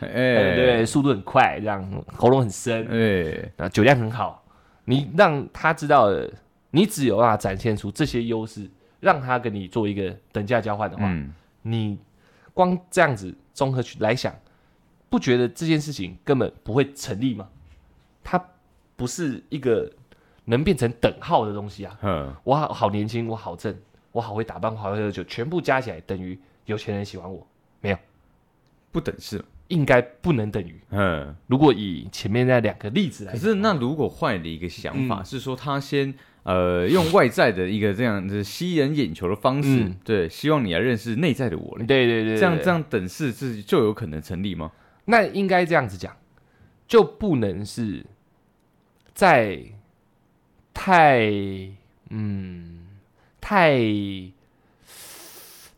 哎，
对对，速度很快，这样喉咙很深，
哎，
啊，酒量很好，你让他知道了，你只有办法展现出这些优势，让他跟你做一个等价交换的话，
嗯，
你光这样子综合去来想，不觉得这件事情根本不会成立吗？它不是一个能变成等号的东西啊！
嗯，
我好好年轻，我好正，我好会打扮，我好会喝酒，全部加起来等于有钱人喜欢我，
不等式，
应该不能等于。
嗯。
如果以前面那两个例子来
可
讲，
是那如果换了一个想法，
嗯
是说他先呃用外在的一个这样子吸人眼球的方式，
嗯
对，希望你来认识内在的我嘞
对，对对对，
这样
对
这样等式是就有可能成立吗？
那应该这样子讲，就不能是在嗯太嗯太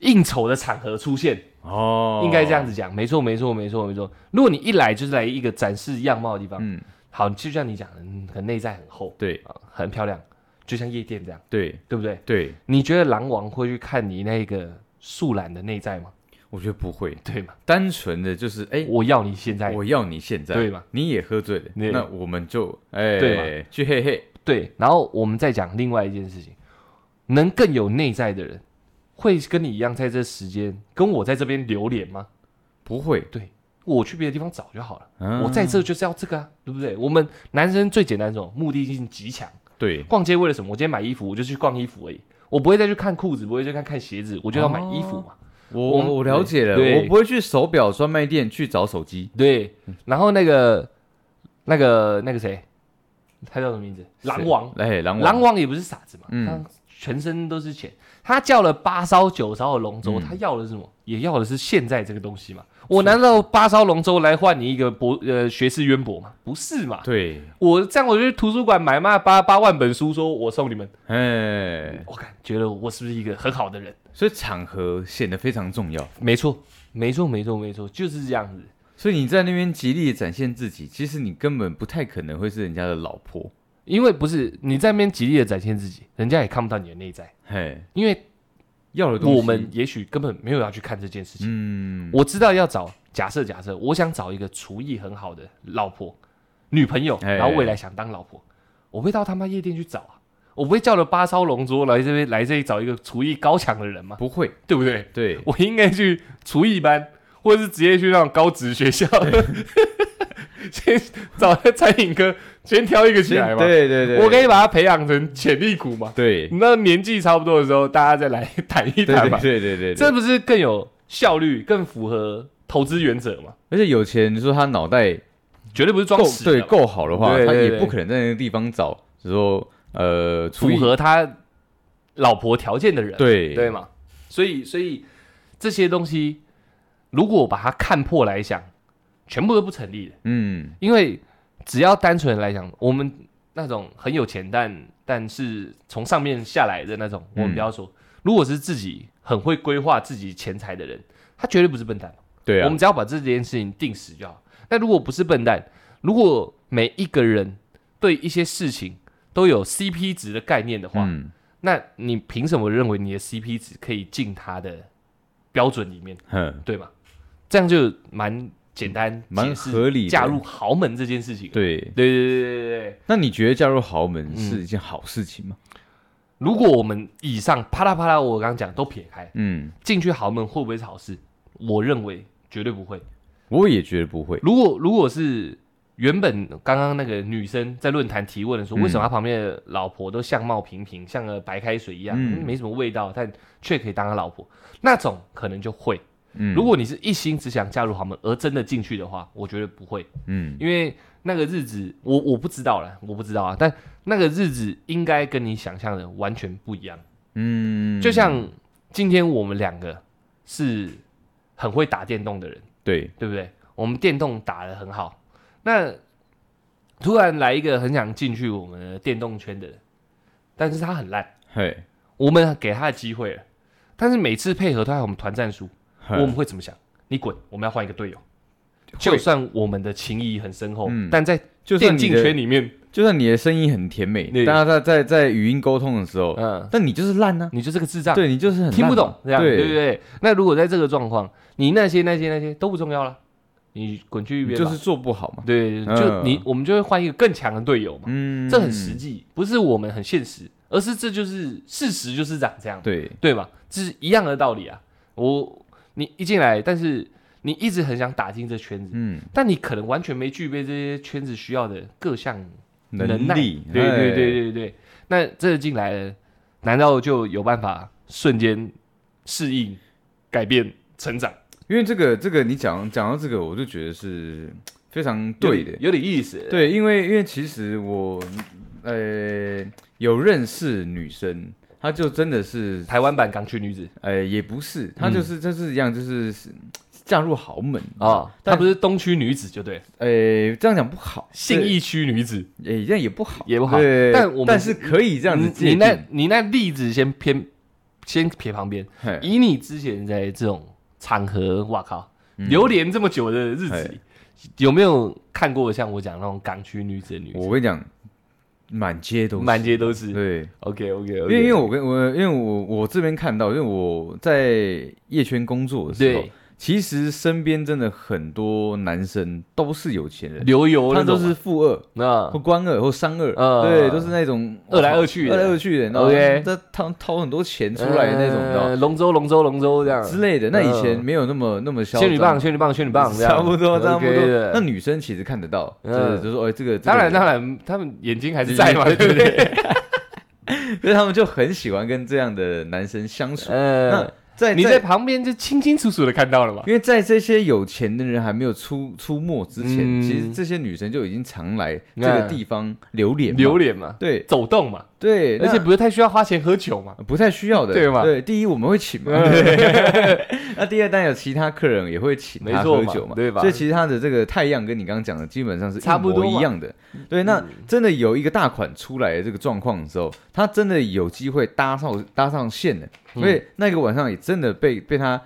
应酬的场合出现，
哦
应该这样，子讲，没错没错没错没错。如果你一来就是来一个展示样貌的地方，
嗯，
好，就像你讲的，嗯很内在很厚
对
啊，很漂亮，就像夜店这样，
对
对不对？
对，
你觉得狼王会去看你那个素懒的内在吗？
我觉得不会，
对吗？
单纯的就是哎、
我要你现在
我要你现在
对嘛？
你也喝醉了，
对
那我们就哎、
对
去嘿嘿，
对，然后我们再讲另外一件事情，能更有内在的人，会跟你一样在这时间跟我在这边流连吗？
不会，
我去别的地方找就好了，
嗯
我在这就是要这个啊，对不对？我们男生最简单这种目的性极强，
嗯对，
逛街为了什么？我今天买衣服，我就去逛衣服而已，我不会再去看裤子，不会再看看鞋子，我就要买衣服嘛。
我
我
我我了解了，
对
我不会去手表专卖店去找手机，
对，然后那个那个那个谁，他叫什么名字？狼王。
哎，狼
狼王也不是傻子嘛，
嗯
他全身都是钱。他叫了八烧九烧的龙舟，
嗯
他要的是什么？也要的是现在这个东西嘛。我难道八烧龙舟来换你一个博呃学识渊博吗？不是嘛？
对，
我这样我就去图书馆买嘛八八万本书，说我送你们。
哎，
我感觉得我是不是一个很好的人？
所以场合显得非常重要。
没错，没错，没错，没错，就是这样子。
所以你在那边极力地展现自己，其实你根本不太可能会是人家的老婆。
因为不是你在那边极力的展现自己，人家也看不到你的内在，
嘿，
因为
要的东西，
我们也许根本没有要去看这件事情。
嗯，
我知道要找，假设假设，我想找一个厨艺很好的老婆、女朋友，
哎
然后未来想当老婆，我会到他妈夜店去找啊，我不会叫了八烧龙桌来这边来这里找一个厨艺高强的人嘛，
不会，
对不对？
对，
我应该去厨艺班，或者是直接去那种高职学校， 先找餐饮科，先挑一个起来嘛。
对对对，
我可以把他培养成潜力股嘛。
对
那年纪差不多的时候，大家再来谈一
对对
谈嘛，
对对对，
这不是更有效率、更符合投资原则吗？
而且有钱，你说他脑袋
绝对不是装
够
死的
对够好的话，
对对
他
对
也不可能在那个地方找说呃
符
合
合他老婆条件的人，
对
对嘛？所以，所以这些东西，如果把它看破来想，全部都不成立的。
嗯
因为只要单纯来讲，我们那种很有钱但但是从上面下来的那种，我们
嗯
不要说，如果是自己很会规划自己钱财的人，他绝对不是笨蛋。
对
我
啊
们只要把这件事情定死就好。那如果不是笨蛋，如果每一个人对一些事情都有 CP 值的概念的话，
嗯
那你凭什么认为你的 CP 值可以进他的标准里面，
哼
对吗？这样就蛮简单，
嗯蛮
解释
合理的
嫁入豪门这件事情。
对，
对对对对对，
那你觉得嫁入豪门是一件好事情吗？
如果我们以上啪啦啪啦，我刚刚讲都撇开，
嗯，
进去豪门会不会是好事？我认为绝对不会。
我也觉得不会。
如果如果是原本刚刚那个女生在论坛提问的时候，
嗯
为什么她旁边的老婆都相貌平平，像个白开水一样，
嗯
没什么味道，但却可以当她老婆，那种可能就会。
嗯，
如果你是一心只想嫁入豪门而真的进去的话，我觉得不会。
嗯
因为那个日子，我我不知道了，我不知道啊。但那个日子应该跟你想象的完全不一样。
嗯，
就像今天我们两个是很会打电动的人，
对
对不对？我们电动打得很好，那突然来一个很想进去我们的电动圈的人，但是他很烂，
嘿，
我们给他的机会了，但是每次配合他我们团战输，
嘿
我们会怎么想？你滚！我们要换一个队友。
嗯会
就算我们的情谊很深厚，
嗯
但在
就
电
算你
竞
的
圈里面，
就算你的声音很甜美，
对
大家在在在语音沟通的时候，
嗯，
但你就是烂呢，
你就是个智障，
对你就是很
听不
烂
懂
啊，
这样对不
对，
对？那如果在这个状况，你那些那些那些都不重要了，你滚去一
你
边
就
吧。
是做不好嘛。
对，
嗯
就你我们就会换一个更强的队友嘛，
嗯，
这很实际，不是我们很现实，而是这就是事实，就是长这样，
对，
对吧？这是一样的道理啊。我你一进来，但是你一直很想打进这圈子，
嗯，
但你可能完全没具备这些圈子需要的各项
能
耐
力，哎
对对对
对，
对对。那这进来了，难道就有办法瞬间适应、改变、成长？
因为这个这个你讲讲到这个，我就觉得是非常对的，
有点意思。
对，因为因为其实我呃有认识女生，她就真的是
台湾版港区女子
呃也不是，她
嗯
就是就是一样就是是嫁入豪门啊，
啊，她不是东区女子就对了，
呃这样讲不好，
信义区女子。
对也这样也不好，
也不好
对
但我们
但是可以这样子
你
界
你那
定，
你那例子先偏先撇旁边，
嘿
以你之前在这种场合，哇靠，
嗯
流连这么久的日子里，有没有看过像我讲那种港区女子的女子，
我跟你讲，满街都是
满街都是
对。
？OK OK，
因为因为我跟我因为我我这边看到，因为我在夜圈工作的时候
对，
其实身边真的很多男生都是有钱人，
流油
他
那
都
种啊
是富二
那
或官二或商二，
嗯
对，都是那种
啊二来二去的
二来二去的，然后
OK
他掏掏很多钱出来的那种，你知道
呃龙舟龙舟龙舟这样，
之类的。那以前
嗯
没有那么那么嚣
仙女棒
张。
仙女棒仙女棒这样，
差不多，差不
OK
多。那
的。
女生其实看得到，就
嗯
是就说，哎，这个这个
当然当然，他们眼睛还是在嘛，
对
对不对？
所以他们就很喜欢跟这样的男生相处。
呃
那，在
你在旁边就清清楚楚的看到了嘛。
因为在这些有钱的人还没有出出没之前，
嗯
其实这些女生就已经常来这个地方留脸嘛，
榴莲嘛，
对
走动嘛，
对，
而且
那呃
不是太需要花钱喝酒嘛。
不太需要的，
对嘛嗯
对，第一我们会请嘛， 那第二当然有其他客人也会请
没
他
错
喝
嘛
酒嘛，
对吧
所以其实他的这个太阳跟你刚刚讲的基本上是一
差不多
模
嘛嗯
一样的。对，那真的有一个大款出来的这个状况的时候，他真的有机会搭上搭上线的，
嗯
所以那个晚上也真的被被他。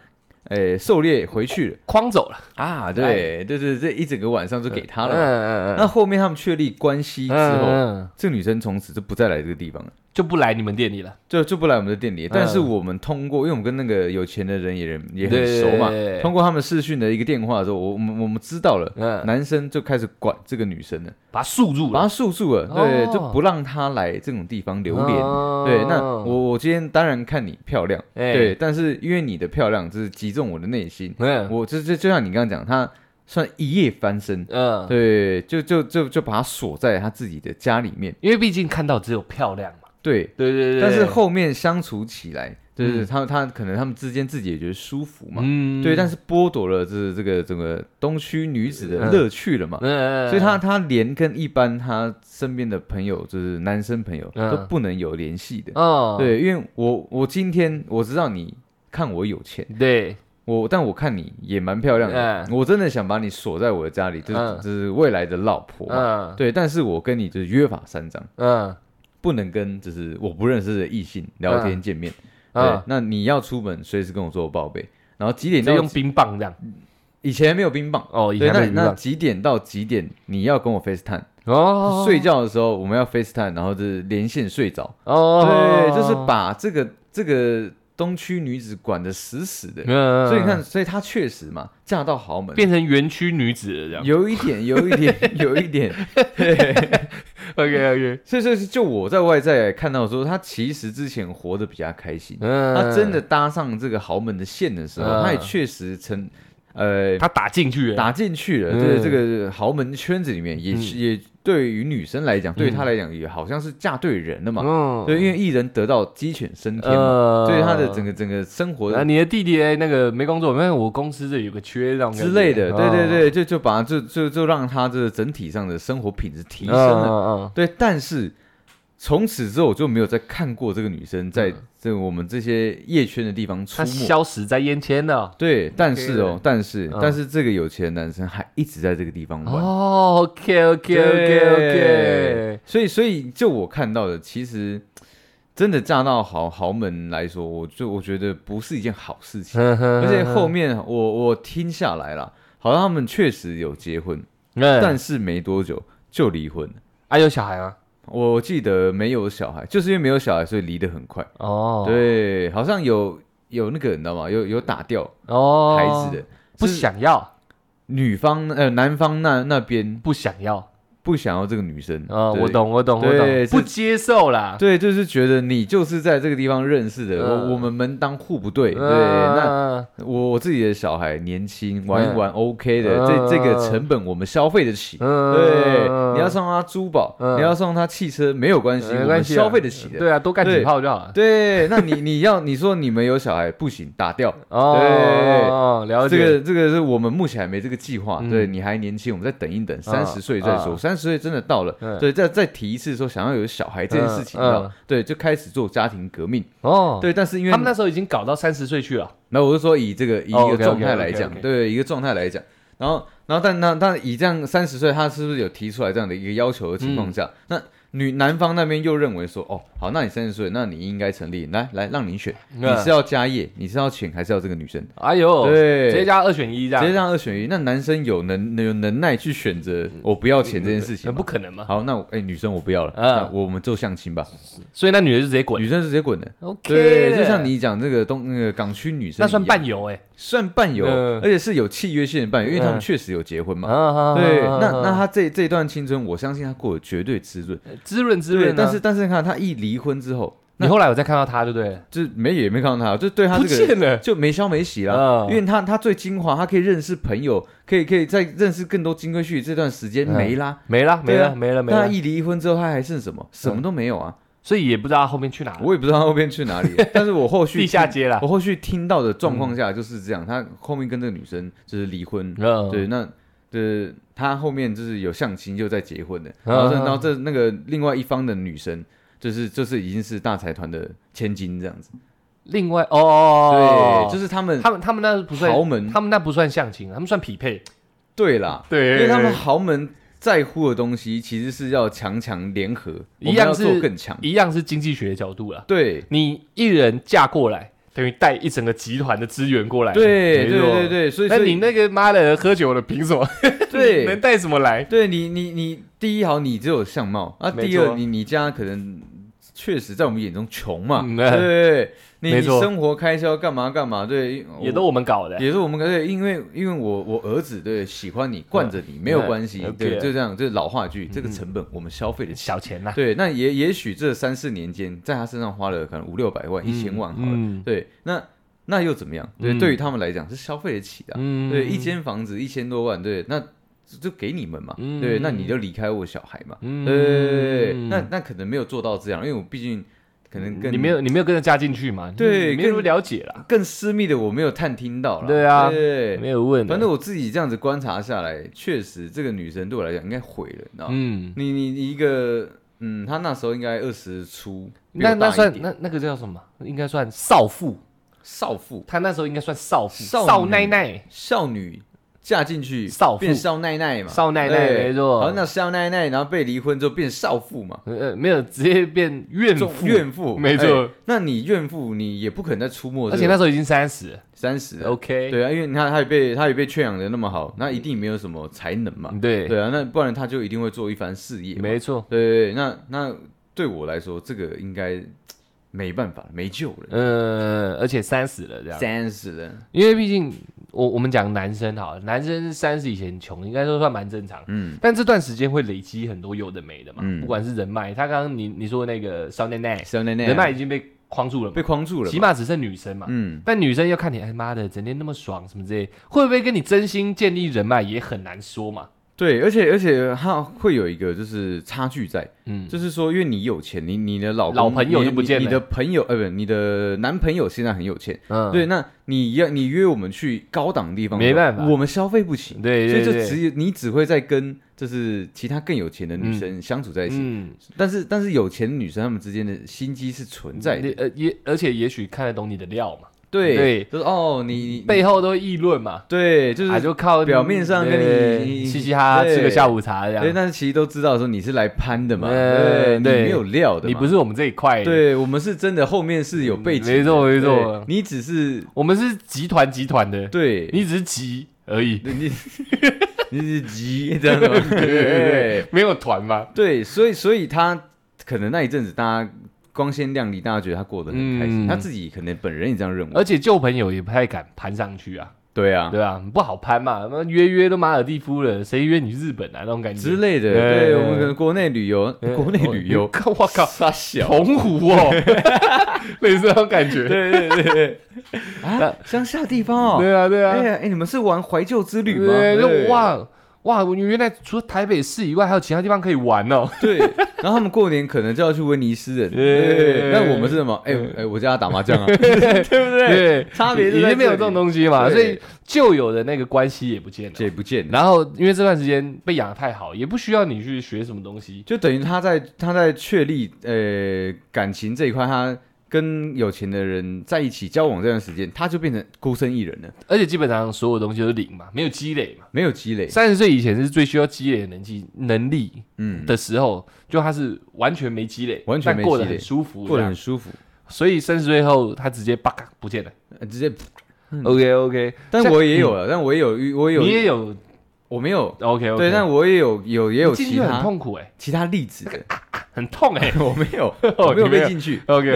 诶，狩猎回去了
框走了，
啊！对对对，这一整个晚上就给他了嘛。
嗯
那后面他们确立关系之
嗯
后，
嗯
这个女生从此就不再来这个地方了。
就不来你们店里了。
就就不来我们的店里，但是
嗯
我们通过，因为我们跟那个有钱的人也人也很
对
熟嘛
对对，对
通过他们视讯的一个电话之后，我我们我们知道了，
嗯，
男生就开始管这个女生了，
把它束住
把
了
她，束住了，
哦
对，就不让她来这种地方流连。
哦
对，那我我今天当然看你漂亮，
哎
对，但是因为你的漂亮就是击中我的内心，
嗯
我就就就像你刚刚讲，她算一夜翻身，
嗯，
对，就就就就把她锁在她自己的家里面，
因为毕竟看到只有漂亮嘛。
对，
对对
但是后面相处起来，对对，
嗯
他他可能他们之间自己也觉得舒服嘛，
嗯
对，但
是
是剥夺了这这个整个东区女子的乐趣了嘛，
嗯，
所以他他连跟一般他身边的朋友，就是男生朋友、
嗯
都不能有联系的，
哦
对，因为我我今天我知道你看我有钱，
对
我但我看你也蛮漂亮的，我真的想把你锁在我的家里，就是、
哎嗯
就是未来的老婆嘛，
嗯
对，但是我跟你就是约法三章。
嗯
不能跟就是我不认识的异性聊天见面。对
嗯，，
那你要出门随时跟我做报备。然后几点
就
到
用冰棒这样
以前没有冰棒，
哦，以
对，
前
那
没有冰
那
棒
几点到几点你要跟我 FaceTime？、
哦，
睡觉的时候我们要 FaceTime，然后就是连线睡着。
哦，
对，就是把这个这个东区女子管得死死的。
嗯，
所以你看，所以她确实嘛，嫁到豪门。
变成园区女子了这样。
有一 点，有一点，有一点，
OK OK，
所以所以就我在外在看到说，她其实之前活得比较开心，
嗯，
他真的搭上这个豪门的线的时候，
嗯
他也确实成呃
他打进去了，
打进去了，
嗯
对这个豪门圈子里面，也是也对于女生来讲，对他来讲也好像是嫁对人了嘛，
嗯，
对，因为艺人得到鸡犬升天嘛，
呃
对他的整。个整个生活
啊，你的弟弟哎那个没工作，因为我公司这有个缺，让
之类
啊
的，对对
嗯
对，就就把就就就让他这个整体上的生活品质提
提
升了，
了，
对，但是。从此之后，我就没有再看过这个女生在
嗯
这我们这些夜圈的地方出
他
没。
消失在眼前了。
对，但是哦
了，
但是、
嗯
但是这个有钱的男生还一直在这个地方玩。
哦，OK OK OK
对
OK，
所以所以就我看到的，其实真的嫁到豪豪门来说，我就我觉得不是一件好事情。而
而
且后面我我听下来了，好像他们确实有结婚，
但
但是没多久就离婚了。
嗯啊有小孩吗？
我记得没有小孩，就是因为没有小孩，所以离得很快。
哦，，
对，好像有有那个你知道吗？有有打掉
哦，
孩子的，
不
是
想要，
女方呃男方那那边
不想要
不想要这个女生
啊！
对
我懂，我懂，我
对
懂，
是
不接受啦。
对，就是觉得你就是在这个地方认识的，
嗯
我我们门当户不对，对，那
嗯
我我自己的小孩年轻，玩一
嗯
玩 OK 的，
嗯
这这个成本我们消费得起，
嗯
对，
嗯
你要送他珠宝，
嗯
你要送他汽车，没有关系，
没
我们
关系啊
消费得起的。
对啊，多干
对
几炮就好 了。
对，那你你要你说你们有小孩不行，打掉。对
哦，了
这
解。
个这个是我们目前还没这个计划，
嗯
对你还年轻，我们再等一等，三十
啊
岁再说。
啊
三十岁真的到了，
嗯
对，再再提一次说想要有小孩这件事
嗯
情，你知道
嗯
对，就开始做家庭革命。
哦，
对，但是因为
他们那时候已经搞到三十岁去了。
那我是说以这个以
哦
一
，OK，OK，
个状态来讲，
OK，OK，OK
对一个状态来讲，然后然后但那但以这样三十岁，他是不是有提出来这样的一个要求的情况下，
嗯
那女男方那边又认为说，哦，好，那你三十岁，那你应该成立，来来让你选，你
嗯
是要家业，你是要请还是要这个女生？
哎呦，
对，
直接加二选一这样，
直接让二选一。那男生有能有能耐去选择
嗯
我不要钱这件事情
那
吗
不可能嘛。
好，那我哎、女生我不要了，
嗯
那我们做相亲吧。
所以那女的就直接滚。
女生是直接滚的。
OK，
对，就像你讲这个东那个港区女生一样，
那算伴游哎。
算伴游，
嗯
而且是有契约性的伴游，因为他们
嗯
确实有结婚嘛。
啊
对，那那他这这段青春，我相信他过得绝对滋润。
滋润滋
对，
润啊。
但是但是你看他一离婚之后，
你后来有再看到他，对不对了？
就是没也没看到他，就对他
不
这个人
见了。
就没消没息了，
嗯
因为他他最精华，他可以认识朋友，可以可以再认识更多金龟婿，这段时间
嗯
没啦。
没了，没
对啊
嗯了，没了，没嗯
那他
了。
一离婚之后，他还剩什么？什么都没有啊。
所以也不知道他后面去哪了，
我也不知道他后面去 哪里，但是我后续
地下街啦。
我后续听到的状况下就是这样，他后面跟这个女生就是离婚，
嗯，
对，那呃他后面就是有相亲又在结婚的，然后这
嗯
然后这那个另外一方的女生就是就是已经是大财团的千金这样子，
另外哦，
对，就是是他们
他们他们那不算
豪门
他们那不算相亲，他们算匹配，
对啦，
对
因为他们豪门在乎的东西其实是要强强联合，
一
我们
样
要做
是
更强，
一样是经济学的角度啦。
对。
你一人嫁过来，等于带一整个集团的资源过来，
对
没
对
错
对。对，所以
那
所以
你那个妈的喝酒的凭什么？
对
能带什么来？
对你，你你第一好，你只有相貌啊；
没
第
错
二，你你家可能确实在我们眼中穷嘛，
嗯
对对对，你
没
你
错
生活开销干嘛干嘛，对，
也
我
都我们搞的，
哦也是我们对，因为因为我我儿子对喜欢你，惯着你没有
嗯
关系，
OK
对，就这样，这是老话
嗯
剧，这个成本我们消费得起。
小钱呐，
对，那也也许这三四年间，在他身上花了可能五六百万、一千万好了，
嗯
对，那那又怎么样？对，
嗯
对于他们来讲是消费得起的啊，
嗯
对，一，间房子一千多万，对，那就就给你们嘛，
嗯
对，那你就离开我小孩嘛，
嗯
对，那那可能没有做到这样，因为我毕竟可能更
你没有你没有跟着加进去嘛？
对
你没有那么
跟
了解啦，
更私密的，我没有探听到了，
对啊
对，
没有问的，
反正我自己这样子观察下来，确实这个女生对我来讲应该毁了，你知道吗？
嗯，
你你你一个，嗯，她那时候应该二十出，比我
那那
大一
算
点
那那个叫什么？应该算少妇，
少妇
她那时候应该算少妇，
少女
少奶奶，
少女。嫁进去，
少妇
变少奶奶嘛，
少奶奶
对
没错
然后那少奶奶，然后被离婚之后变少妇嘛，
呃，没有直接变怨
中
妇，
嗯怨妇，
没错
哎那你怨妇，你也不可能再出没
而
这个，
且那时候已经三十
三十
，OK，
对啊，因为你看他也被他也被圈养的那么好，那一定没有什么才能嘛。
对
对啊，那不然他就一定会做一番事业嘛。
没错，
对对对，那那对我来说，这个应该没办法，没救了，
嗯，而且三十了这样，
三十了。
因为毕竟我我们讲男生好了，男生三十以前穷，应该说算蛮正常。
嗯，
但这段时间会累积很多有的没的嘛，
嗯
不管是人脉，他刚刚你你说的那个少奶奶，
小奶奶啊
人脉已经被框住了嘛，
被框住了
起
嘛。
码只剩女生嘛。
嗯，
但女生要看你，哎妈的，整天那么爽什么之类，会不会跟你真心建立人脉也很难说嘛。
对，而且而且他会有一个就是差距在，
嗯，
就是说，因为你有钱，你你的老公
老朋友
你
就不见了
你你的朋友呃不，你的男朋友现在很有钱，
嗯
对，那你要你约我们去高档的地方，
没办法
我们消费不起，
对
所
对
以就
对，
只有你只会在跟就是其他更有钱的女生相处在一起，
嗯，
但是但是有钱的女生她们之间的心机是存在的，
你呃也而且也许看得懂你的料嘛，
对
对
就是哦你你
背后都议论嘛，
对就是、
啊就靠
表面上跟你
对
你
嘻嘻哈哈
对
吃个下午茶这
对，
样，
但是其实都知道说你是来攀的嘛，
对对
对，你没有料的嘛，
你不是我们这一块，，
对我们是真的后面是有背景的，
没错没错
对你只是
我们是集团集团的，
对
你只是集而已，
你 你是急这样的吗，对
对
对对
对，。没有团嘛，
对，所以所以他可能那一阵子大家光鲜亮丽，大家觉得他过得很开心，
嗯
他自己可能本人也这样认为。
而且旧朋友也不太敢攀上去啊，
对啊，
对吧、不好攀嘛，那约约都马尔蒂夫了，谁约你日本啊？那种感觉
之类的。
对
对我们可能国内旅游，
呃
国内旅 游
我，靠我靠，
傻小。
澎湖 哦，类似那种感觉。
对对对 对，啊，乡下地方哦。
对啊，对
哎
啊，
呀，哎，你们是玩怀旧之旅吗？
对，
对
就，哇哇，我原来除了台北市以外，还有其他地方可以玩哦。
对。然后他们过年可能就要去威尼斯人，
对
对。那我们是什么？哎哎，我家打麻将啊，对不对？
对，
差别就在
已
这
经
里
没有这种东西嘛，
对
所以旧有的那个关系也不见了。
这也不见了。
然后因为这段时间被养得太好，也不需要你去学什么东西。
就等于他在他在确立呃感情这一块，他跟有钱的人在一起交往这段时间，他就变成孤身一人了，
而且基本上所有东西都是零嘛，没有积累嘛。
没有积累。
三十岁以前是最需要积累的能力能力
嗯，
的时候，就他是完全没积累，
完全没积累
但过得很舒服，
过得
这样
很舒服，
所以三十岁后他直接叭嘎不见了。
呃直接。
OK OK，
但我也有了，啊但我也有遇，我也有，
嗯你也有
我没有。
OK OK，
对，但我也有有也有
进
其
去很
他
痛苦哎，
其他例子 的，
很痛哎。
我没有，我没
你
有
没有
被进去。对
OK，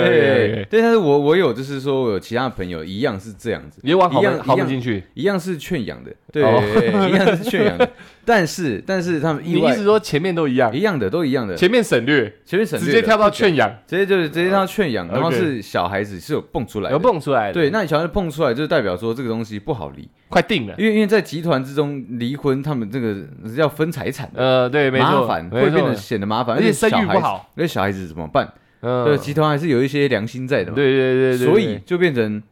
对，但是我我有就是说我有其他朋友一样是这样子，
也往好
一样
门好门
一样
进去。
一样是圈养的，对
哦，
一样是圈养的，但是但是他们
你
意
意
外
思说前面都一样，
一样的都一样的，
前面省略，
前面省
直
略
接
了
跳到圈养，
直接就是直接让它圈养，
OK
然后是小孩子是有蹦出来
有
的。
蹦出来的，
对，，那你小孩子蹦出来，就是代表说这个东西不好离，
快定了。
因为因为在集团之中离婚，他们这个要分财产的，
呃，对，没
麻
错，
烦
没
会变
错
得显得麻烦，
而且生育
小孩子
不好，
那小孩子怎么办？
嗯，
对，集团还是有一些良心在
对
的嘛。
对对对，
所以就变成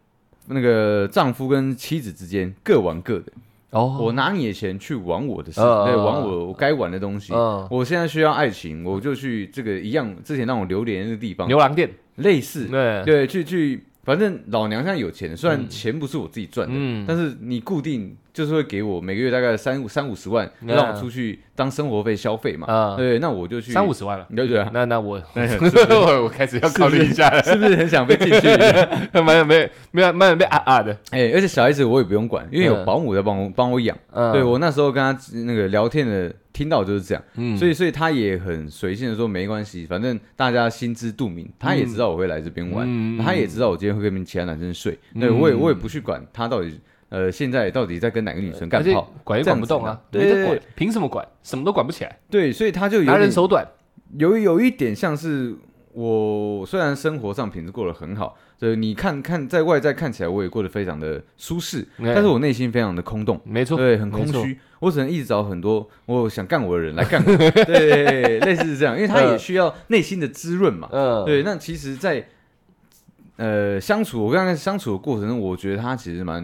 那个丈夫跟妻子之间各玩各的，
哦，
我拿你的钱去玩我的事，
嗯
对，
嗯
玩
嗯
我我该玩的东西。
嗯，
我现在需要爱情，我就去这个一样之前让我流连的地方，
牛郎店，
类似
对，
嗯对，去去，反正老娘现在有钱，虽然钱不是我自己赚的，
嗯，
但是你固定就是会给我每个月大概三五三五十万，
嗯
让我出去当生活费消费嘛。
啊，
对，那我就去
三五，十万了，
你就觉得
那那 我
哎是
我开始要考虑一下了，
是不是很想被进 去？哎、
蛮有没没有蛮有被啊啊的，
而且小孩子我也不用管，因为有
嗯
保姆在帮我帮我养。
嗯，
对我那时候跟他那个聊天的，听到就是这样，
嗯，
所
以
以所以他也很随性的说没关系，反正大家心知肚明，他也知道我会来这边玩，
嗯
他也知道我今天会跟其他男生睡，对我也我也不去管他到底呃现在到底在跟哪个女生干
而且
炮，
管也管不动啊，
这样子
没得
呢对
管，凭什么管？什么都管不起来，
对，所以他就有
拿人
点
手短，
有有一点像是我虽然生活上品质过得很好，就是你看看在外在看起来我也过得非常的舒适，
嗯
但是我内心非常的空洞。
没错，
对，很空
没错，
虚，我只能一直找很多我想干我的人来 干我。对，类似是这样，因为他
呃
也需要内心的滋润嘛。
嗯，
对，那其实在，呃相处，我刚才相处的过程中，我觉得他其实蛮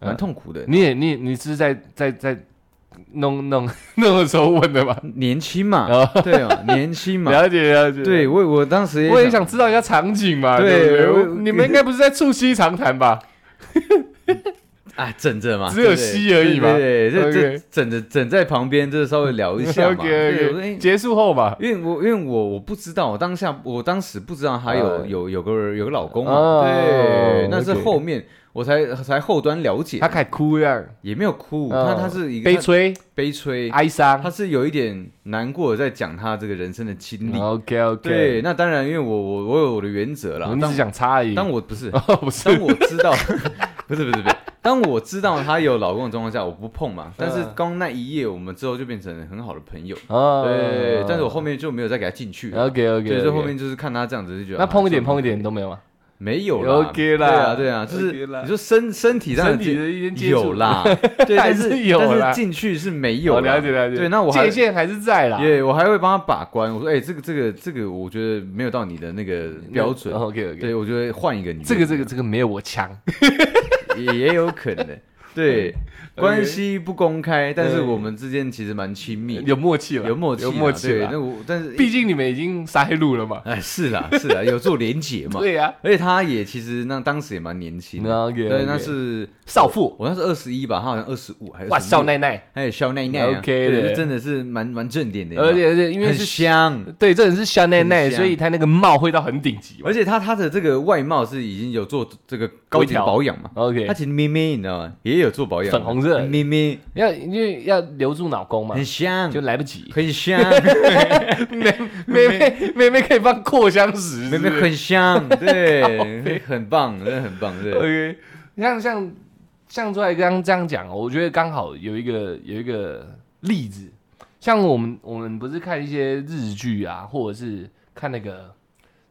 蛮
嗯
痛苦的。
你也你你是在在在弄弄 弄的时候问的吧？
年轻嘛，对啊，年轻嘛，
哦了解了解，
对我我当时也
我也想知道一下场景嘛。
对
对不
我
对，你们应该不是在促膝长谈吧？
啊，枕着嘛，
只有
对不对
吸而已嘛
对对对，这
OK
这枕着枕在旁边，这稍微聊一下嘛。对，我说
OK，
哎
结束后嘛，
因为我因为我我不知道，我当下我当时不知道她有、
嗯
有有个有个老公嘛，啊
哦
对，那是
OK
后面我才才后端了解，
他开始哭这样，
也没有哭，
嗯
她她是一个
悲
她
催、哎
悲催，
哀伤
她。是有一点难过的在讲她这个人生的经历，
OK OK，
对，，那当然因为我我我有我的原则啦
我，们
当
只想插而已。
当我不是
哦，不是
当我知道， 不是不是不是，当我知道她有老公的状况下，我不碰嘛，但是
嗯
刚那一夜我们之后就变成很好的朋友，
哦
对，但是我后面就没有再给她进去了。
OK OK，
对，所以后面就是看他这样子就觉得
那
啊
碰一点
算
碰一
了
点都没有吗？
没有啦
OK 啦
对啊对啊，就是
OK 啦
你说身身体上
身体的一些接触
有 啦，对，
还
但
是
是
有啦
但是进去是没有
哦
啦，
了解了解。
对，那我还
界限还是在啦。
也我还会帮他把关，我说哎，这个这个这个，我觉得没有到你的那个标准，
哦 OK OK，
对嗯我觉得换一个女的，
这个这个这个没有我强。
也也有可 能，对，关系不公开，但是
嗯
我们之间其实蛮亲密，
有默契啊了，
有默契啦，
有默契
对
啦
那我但是
毕竟你们已经塞路了嘛。
哎是啦是啦，有做连结 嘛，
对呀，
而且他也其实那当时也蛮年轻的，
OK，
对，那是
少妇，
我那是二十一吧，他好像二十五还是
哇，
26
少，奶奶，
还有肖奈奈啊
OK
对
的
就真的是蛮蛮正点的，
而且而且因为
很
是
香，
对，这人是香奈奈，
很香
所以他那个帽会到很顶级嘛。
而且他他的这个外貌是已经有做这个
高
高级的
挑
保养嘛，
OK，
他其实咪咪你知道吗，也有做保养的，
粉红色
咪咪
要因为要留住脑功嘛
很，香
就，来不及。
很香，
妹妹 妹妹可以放扩香石，
妹妹
以。
很香， 对，很棒，真的很棒，对，
OK，像像像出来刚这样讲，我觉得刚好有一个有一个例子，像我们我们不是看一些日剧啊，或者是看那个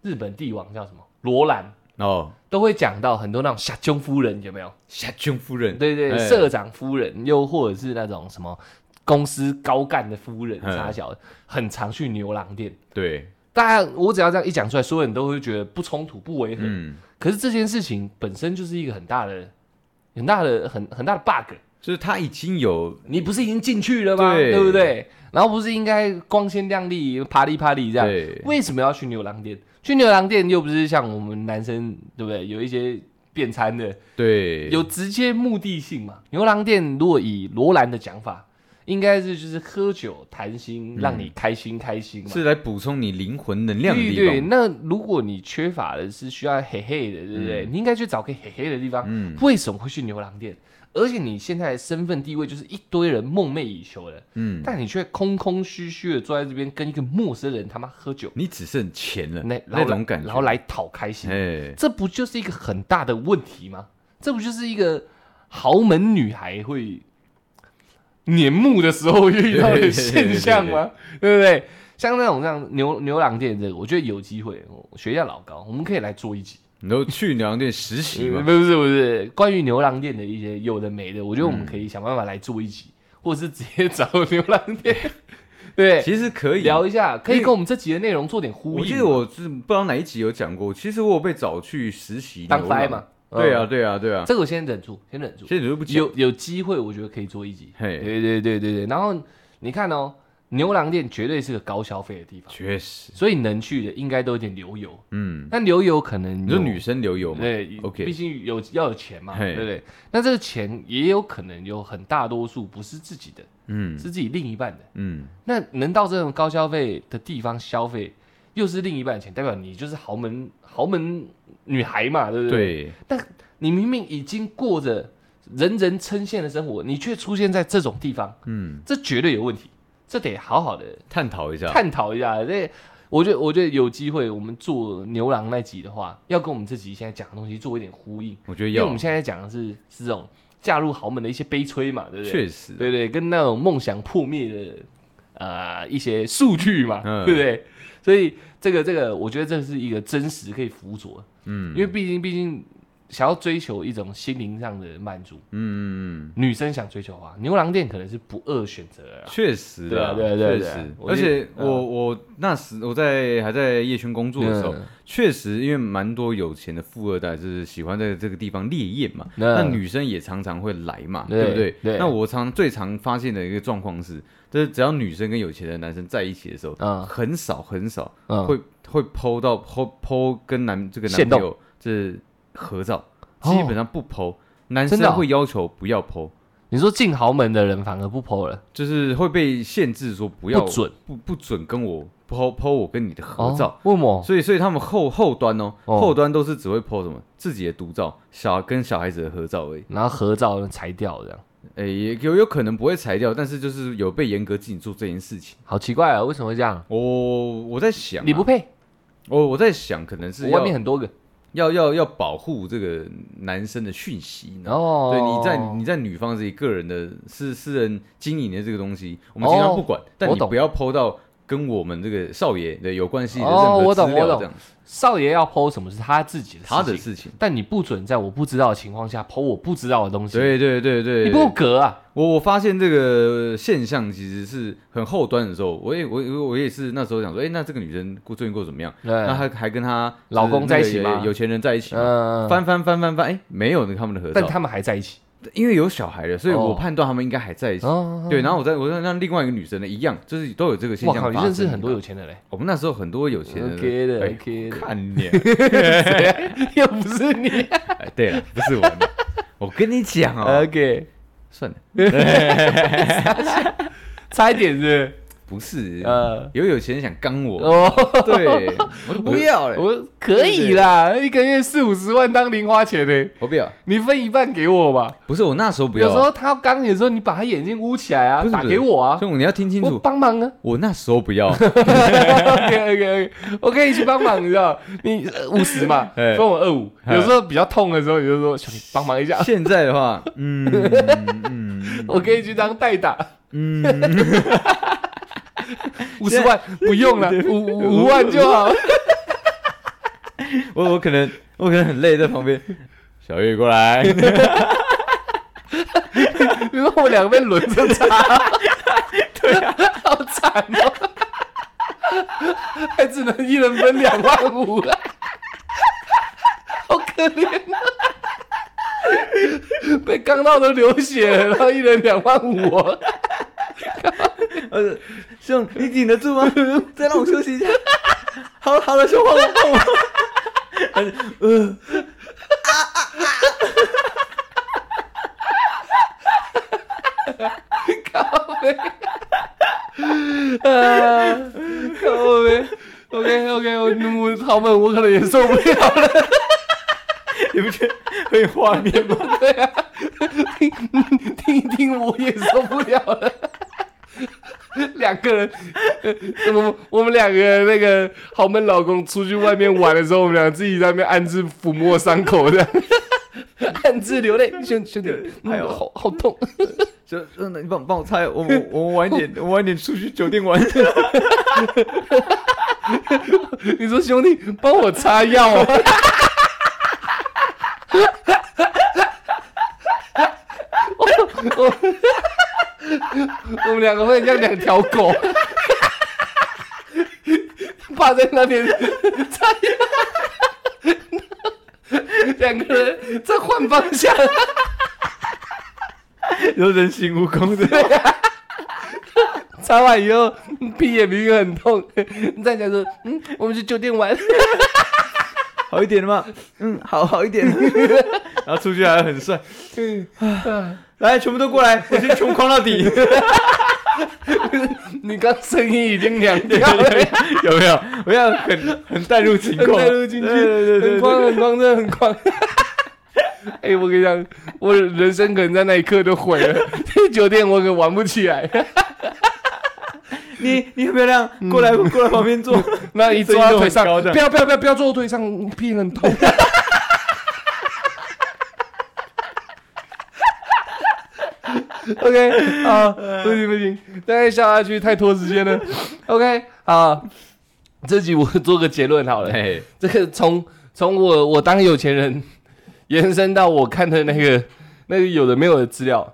日本帝王叫什么罗兰，
哦，
都会讲到很多那种夏中夫人有没有？
夏君夫人，
对对，
哎
社长夫人，又或者是那种什么公司高干的夫人，
嗯
傻小的，很常去牛郎店。
对，
大家，我只要这样一讲出来，所有人都会觉得不冲突、不违和。
嗯，
可是这件事情本身就是一个很大的、很大的、很很大的 bug。
就是他已经有
你不是已经进去了吗？
对
对不对？然后不是应该光鲜亮丽、啪里啪里这样？
对
为什么要去牛郎店？去牛郎店又不是像我们男生，对不对？有一些变餐的，
对
有直接目的性嘛？牛郎店如果以罗兰的讲法，应该是就是喝酒谈心，让
嗯
你开心开心嘛。
是来补充你灵魂能量的
对
地
对，
方。
那如果你缺乏的是需要嘿嘿的，对不对？你应该去找个嘿嘿的地方。
嗯
为什么会去牛郎店？而且你现在的身份地位就是一堆人梦寐以求的，
嗯，
但你却空空虚虚的坐在这边跟一个陌生人他妈喝酒，
你只剩钱了，
那
那
然后
种感觉，
然后来讨开心，
哎，
这不就是一个很大的问题吗？这不就是一个豪门女孩会年暮的时候会遇到的现象吗？对不对？像那种这样牛牛郎店这个，我觉得有机会，我学一下老高，我们可以来做一集。
然后去牛郎店实习
嗯
嘛，
不是不是不是，关于牛郎店的一
嗯
些有的没的，我觉得我们可以想办法来做一集，或者是直接找牛郎店对，
其实可以
嗯聊一下，可以
因为
跟我们这集的内容做点呼应嘛。
我记得我是不知道哪一集有讲过，其实我有被找去实习
当
牛
f
郎
嘛，
对啊，
嗯，
对啊，对啊，
这个我先忍住，先忍住。
现在你就不讲
有有机会，我觉得可以做一集。
嘿
对对对对对。然后你看哦，牛郎店绝对是个高消费的地方，
确实，
所以能去的应该都有点流油。
嗯，
但流油可能
你说
有
女生留有吗？
对
OK
毕竟有要有钱嘛，
嘿
对不对？那这个钱也有可能有很大多数不是自己的，
嗯
是自己另一半的。
嗯，
那能到这种高消费的地方消费，又是另一半的钱，代表你就是豪门豪门女孩嘛，对不对？
对，
你明明已经过着人人称羡的生活，你却出现在这种地方，
嗯，
这绝对有问题，这得好好的
探讨一下，
探讨一下。
啊
这我觉得，我觉得有机会我们做牛郎那集的话，要跟我们这集现在讲的东西做一点呼应。
我觉得
因为我
要
们，现在讲的是是这种嫁入豪门的一些悲催嘛，对不对？
确实，
对对，跟那种梦想破灭的呃一些数据嘛，
嗯
对不对？所以这个这个，我觉得这是一个真实可以辅佐，
嗯
因为毕竟毕竟想要追求一种心灵上的满足，
嗯嗯
女生想追求的话，牛郎店可能是不二选择了
嗯，
啦。
确实啊，
对啊对啊对啊
确
对啊
实，
我
而
觉
且
得
我我那时我在还在夜圈工作的时候，
嗯
确实因为蛮多有钱的富二代就是喜欢在这个地方猎艳嘛，
那
那女生也常常会来嘛，
嗯对
对不对？
对
那我常最常发现的一个状况是，就是只要女生跟有钱的男生在一起的时候，
嗯
很少很少
嗯
会、会剖到剖剖跟男这个男
限
朋
动
友就是合照，
哦
基本上不剖，男
真的
生
哦
会要求不要剖，
你说进豪门的人反而不剖了，
就是会被限制说不要
不准
不不准跟我剖剖我跟你的合照。
哦，为什么？
所以，所以他们后后端哦，
哦
后端都是只会 po 什么自己的独照、小跟小孩子的合照而已。
然后合照裁掉这样。
诶、也有有可能不会裁掉，但是就是有被严格禁止做这件事情。
好奇怪啊，为什么会这样？
我我在想啊、
你不配，
我我在想，可能是
我外
要
面很多个。
要要要保护这个男生的讯息。然后，
哦，
对，你在你在女方自己个人的私私人经营的这个东西，我们尽量不管，但
哦我
你
懂
不要 po 到跟我们这个少爷的有关系的任
哦
何
我懂
资料
我懂
这样，
少爷要剖什么是他自己的
他
事
的
情，
事情。
但你不准在我不知道的情况下剖我不知道的东西，
对对对对，
你不够格啊！
我我发现这个现象其实是很后端的时候，我也我我我也是那时候想说，哎、那这个女生过最近过得怎么样？
对，
那她还跟她就是
嗯老公在一起
那个
吗
有钱人在一起吗？
嗯，
翻翻翻翻翻，哎、没有那个他们的合
但
照，
他们还在一起。
因为有小孩了，所以
哦
我判断他们应该还在一起。
哦，
对，然后我再我再让另外一个女生呢一样，就是都有这个现
我
象
靠，
发
你
生。
认识很多有钱人嘞
我们那时候很多有钱人
，OK 的
哎
，OK 的，
看你啊，
又不是你
哎，对了，不是我 的，我跟你讲哦，
，OK，
算了，
差一点是
不是
不是，呃，
有有钱人想刚我，
哦，
对， 我就不要了，
我可以啦，一个月四五十万当零花钱呢，
我不要。
你分一半给我吧。
不是我那时候不要
有
啊，
时候他刚你的时候，你把他眼睛捂起来啊
不，是
打
不是
给我啊，
所以你要听清
我
楚，
帮忙 啊。
我那时候不 要，
OK OK OK，我可以去帮忙，你知道？你五十 嘛，
哎
分我二五。
哎
有时候比较痛的时候，你就说兄弟帮忙一 下，
现在的话，嗯嗯
我可以去当代打。
嗯，
五十万不用 了，五五五万就好。
我我可能我可能很累，在旁边，小月过来，
你说我两边轮着插， 对啊，好惨哦，还只能一人分两万五了，好可怜啊！被刚到都流血了，然后一人两万五、哦，
呃，兄，你顶得住吗？ 再让我休息一下。好好了，兄，换我换我。
啊，看我呗。OK OK，我我好闷，我可能也受不了了。
你不觉得很有画面吗？
对啊，听听一听我也受不了了。两个人，呃我们我们两个那个豪门老公出去外面玩的时候，我们俩自己在那边暗自抚摸伤口的，暗自流泪，兄兄弟，
哎呦
嗯好好痛。
就嗯，你帮帮我猜，我我我晚点，我晚点出去酒店玩。
你说兄弟，帮我擦药啊！我我我们两个会像两条狗，爸在那边在两个人在换方向，
有人形蜈蚣的，
擦完以后屁眼明明很痛，站起来说：“嗯，我们去酒店玩。
好一点了吗？嗯，好好一 点。然后出去还很帅，
嗯”
来，全部都过 来，我先穷框到 底，
你刚声音已经凉掉了，
有没有？我要很很带入情
很
况，
带入进去，
对对
很
对对
狂
对，
很狂，真的很狂。 哎、我跟你讲，我人生可能在那一刻都毁了。去酒店我可玩不起来，
你你很漂亮，过来过来旁边坐，
那一坐到腿上
声音都很高，的
不要不要不要不要坐我腿上，屁很痛。OK 啊，不行不行，再下下去太拖时间了。OK 啊，这集我做个结论好了。
哎，
这个从从我我当有钱人 延伸到我看的那个那个有的没有的资料，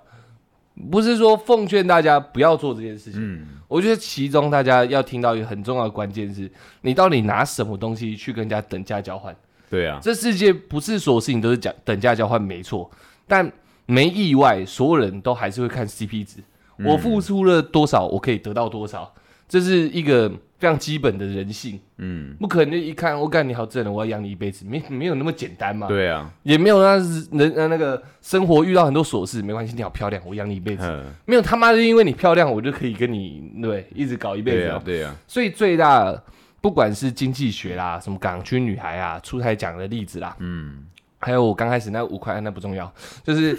不是说奉劝大家不要做这件事情。
嗯，
我觉得其中大家要听到一个很重要的关键是，你到底拿什么东西去跟人家等价交换？
对啊，
这世界不是所有事情都是讲等价交换，没错，但没意外，所有人都还是会看 CP 值。我付出了多少，我可以得到多少，这是一个非常基本的人性。
嗯，
不可能就一看我干你好正，我要养你一辈子，没没有那么简单嘛，
对啊，
也没有那人呃那个生活遇到很多琐事，没关系，你好漂亮，我养你一辈子，
嗯，
没有他妈的因为你漂亮，我就可以跟你对一直搞一辈
对
子
啊
哦，，
对啊，
所以最大的不管是经济学啦，什么港区女孩啊，出台讲的例子啦，
嗯，
还有我刚开始那五块那不重要，就是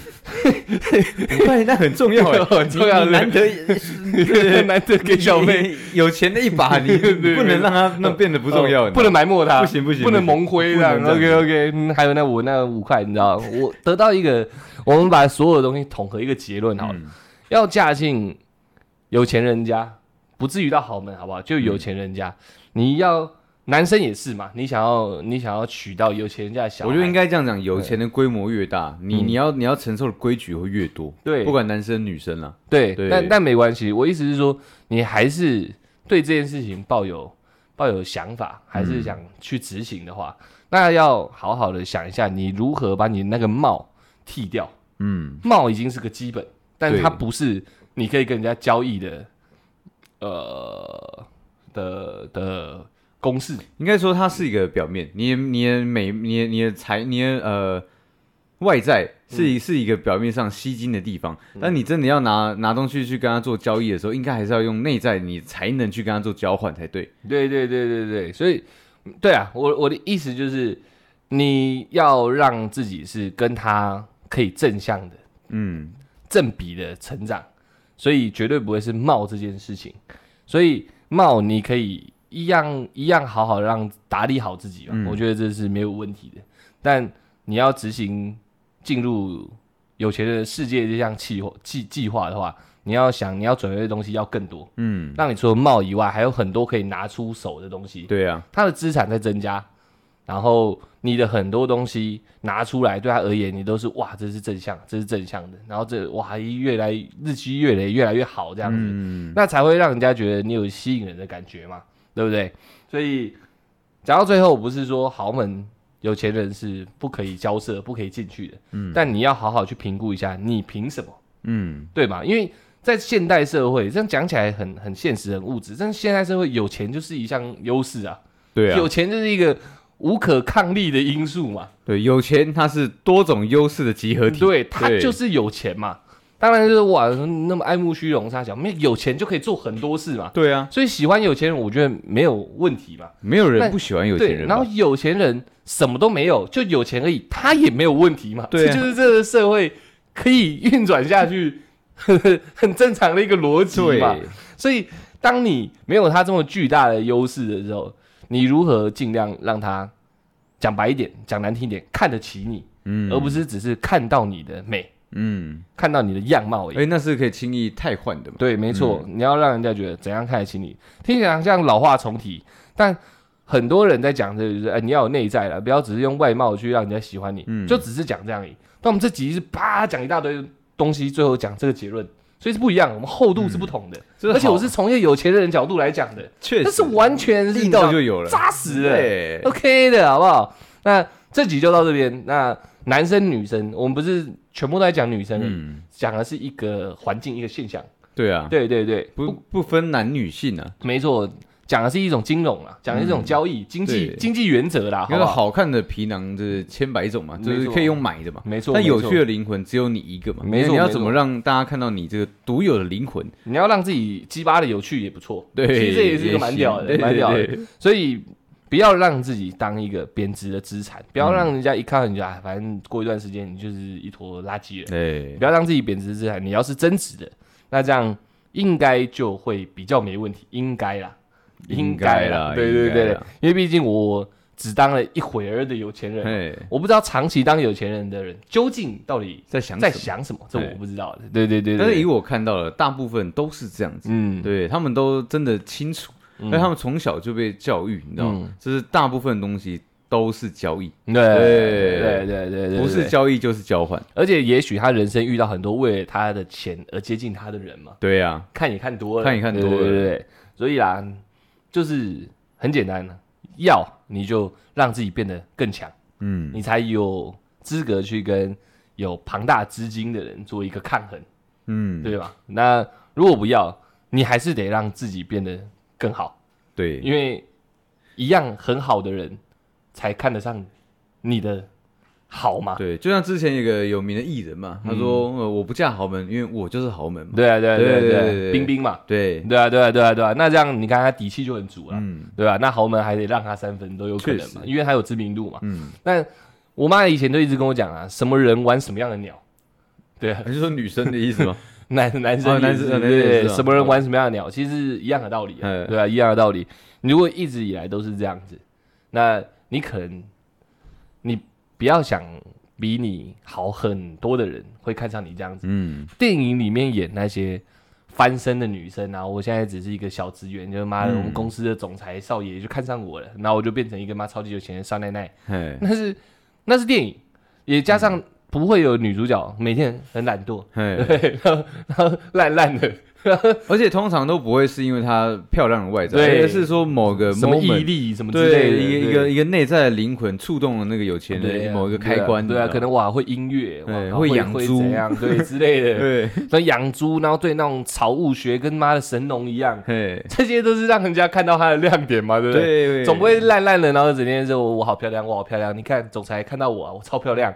对，那 很重要哎，
很重要
你你难得
难得给小妹。
你有钱的一 把，你
对
你不能让他那变得不重要，
哦不能埋没它，
不行不行
不能蒙灰这样。
不能这
OK OK，、嗯、还有那我那五块，你知 道，我得到一个，我们把所有的东西统合一个结论好了，
嗯
要嫁进有钱人家，不至于到豪门，好不好？就有钱人家，
嗯
你要男生也是嘛，你想要你想要娶到有钱人家的小孩，
我觉得应
该
该这样讲，有钱的规模越大，你你要你要承受的规矩会越多，
对
不管男生女生啦，
对，
对
但但没关系，我意思是说，你还是对这件事情抱有抱有想法，还是想去执行的话，那要好好的想一下，你如何把你那个帽剃掉。
嗯，
帽已经是个基本，但
对
它不是你可以跟人家交易的，呃的的公式。
应该说它是一个表面，你的你的美，你的你的才，你的呃外在是
嗯
一是一个表面上吸睛的地方，但你真的要拿拿东西去跟他做交易的时候，应该还是要用内在你才能去跟他做交换才对，
对对对对对，所以对啊，我我的意思就是，你要让自己是跟他可以正向的、
嗯，
正比的成长，所以绝对不会是冒这件事情。所以冒你可以一样一样好好让打理好自己吧，
嗯
我觉得这是没有问题的。但你要执行进入有钱人的世界这项计划计计划的话，你要想你要准备的东西要更多，
嗯，
让你除了冒以外，还有很多可以拿出手的东西。
对啊，
他的资产在增加，然后你的很多东西拿出来，对他而言，你都是哇，这是正向，这是正向的，然后这哇，越来日积月累，越来越好这样子，
嗯，
那才会让人家觉得你有吸引人的感觉嘛，对不对？所以讲到最后，不是说豪门有钱人是不可以交涉、不可以进去的，嗯，但你要好好去评估一下，你凭什么？
嗯，
对吧？因为在现代社会，这样讲起来很很现实、很物质，但是现代社会有钱就是一项优势啊。
对啊
有，钱就是一个无可抗力的因素嘛，
对，有钱它是多种优势的集合体，
对他就是有钱嘛。当然就是哇，那么爱慕虚荣，他讲没有有钱就可以做很多事嘛，
对啊，
所以喜欢有钱人，我觉得没有问题嘛。
没有
那
人不喜欢有钱
对，
人吧，
然后有钱人什么都没有，就有钱而已，他也没有问题嘛。
对啊
这就是这个社会可以运转下去， 很正常的一个逻辑
对
嘛。所以，当你没有他这么巨大的优势的时候，你如何尽量让他讲白一点，讲难听一点，看得起你，
嗯
而不是只是看到你的美，
嗯，
看到你的样貌而已。
哎，那是可以轻易汰换的嘛，
对，没错，你要让人家觉得怎样看得起你，听起来像老话重提，但很多人在讲这个就是，哎，你要有内在了，不要只是用外貌去让人家喜欢你，
嗯
就只是讲这样而已。但我们这集是啪讲一大堆东西，最后讲这个结论，所以是不一样，我们厚度是不同的。
就是
而且我
嗯好
是从一个有钱的人角度来讲的，
确
那
实
是完全是
力道就有了，
扎实的。
对，
OK 的好不好？那这集就到这边。那男生女生，我们不是全部都在讲女生，
嗯，
讲的是一个环境一个现象。
对啊，
对对对，
不不分男女性啊，
没错，讲的是一种金融啊，讲的是一种交易、经济
嗯对
经济原则啦，好
因为
不好？
好看的皮囊就是千百种嘛，
没
就是
错
可以用买的嘛。
没错，
但有
没错
趣的灵魂只有你一个嘛，
没错
你要
没错
怎么让大家看到你这个独有的灵魂？
你要让自己鸡巴的有趣也不错。
对，
其实这也是一个蛮屌的，
行
蛮屌。
对
的。
对对
所以不要让自己当一个贬值的资产，不要让
嗯
人家一看到你就啊，反正过一段时间你就是一坨垃圾了。
对
不要让自己贬值资产，你要是增值的，那这样应该就会比较没问题，应该啦，
应该啦
对对
应该
对
啦，
因为毕竟我只当了一会儿的有钱人，
哎，
我不知道长期当有钱人的人究竟到底
在想
在
什么
想什么，这我
嘿
不知道的。对对对，
但是
对
以我看到的，大部分都是这样子。
嗯，
对他们都真的清楚，
嗯
因为他们从小就被教育，你知道吗
嗯？
就是大部分东西都是交易，
对对
对
对对对对，
不是
对，
交易就是交换。
而且也许他人生遇到很多为了他的钱而接近他的人嘛，
对啊，
看也看多了，
看也看多了
对对对对所以啦，就是很简单了，要你就让自己变得更强，
嗯，
你才有资格去跟有庞大资金的人做一个抗衡，
嗯，
对吧？那如果不要，你还是得让自己变得更好，
对，
因为一样很好的人才看得上你的好嘛。
对，就像之前有个有名的艺人嘛，他说
嗯
呃我不嫁豪门，因为我就是豪门嘛。
对啊，对啊，对啊，
对
对啊
对对对
冰冰嘛，
对，
对啊，对啊，对啊，对啊。那这样你看他底气就很足了。
嗯
对吧、那豪门还得让他三分都有可能嘛
确，实
因为他有知名度嘛。
嗯，
但我妈以前就一直跟我讲啊，什么人玩什么样的鸟，对 啊，
还是说女生的意思吗？
男男生
哦
也
男
是、
生男生也
对
是啊
什么人玩什么样的鸟，其实一样的道理、啊，
嗯
对啊，一样的道理。你如果一直以来都是这样子，那你可能你不要想比你好很多的人会看上你这样子。
嗯，
电影里面演那些翻身的女生啊，我现在只是一个小职员，就是妈的，
嗯
我们公司的总裁少爷就看上我了，然后我就变成一个妈超级有钱的少奶奶。
嘿，
那是那是电影，也加上不会有女主角每天很懒惰，
嘿，
对，然后然后烂烂的，
而且通常都不会是因为她漂亮的外在，
对
而是说某个
什么毅
moment，
力什么之类的，
对，一个一
对
个一个内在的灵魂触动了那个有钱
对
人
啊
某一个开关，
对啊，对啊可
你知道
能
吗
哇会音乐，哇
对
靠
会
会
养
会
猪
怎样，对之类的，
对，
那养猪，然后对那种草物学跟妈的神农一样，
嘿，
这些都是让人家看到他的亮点嘛，对不对？
对，
总不会烂烂的，然后整天说我好漂亮，我好漂亮，你看总裁看到我、啊，我超漂亮，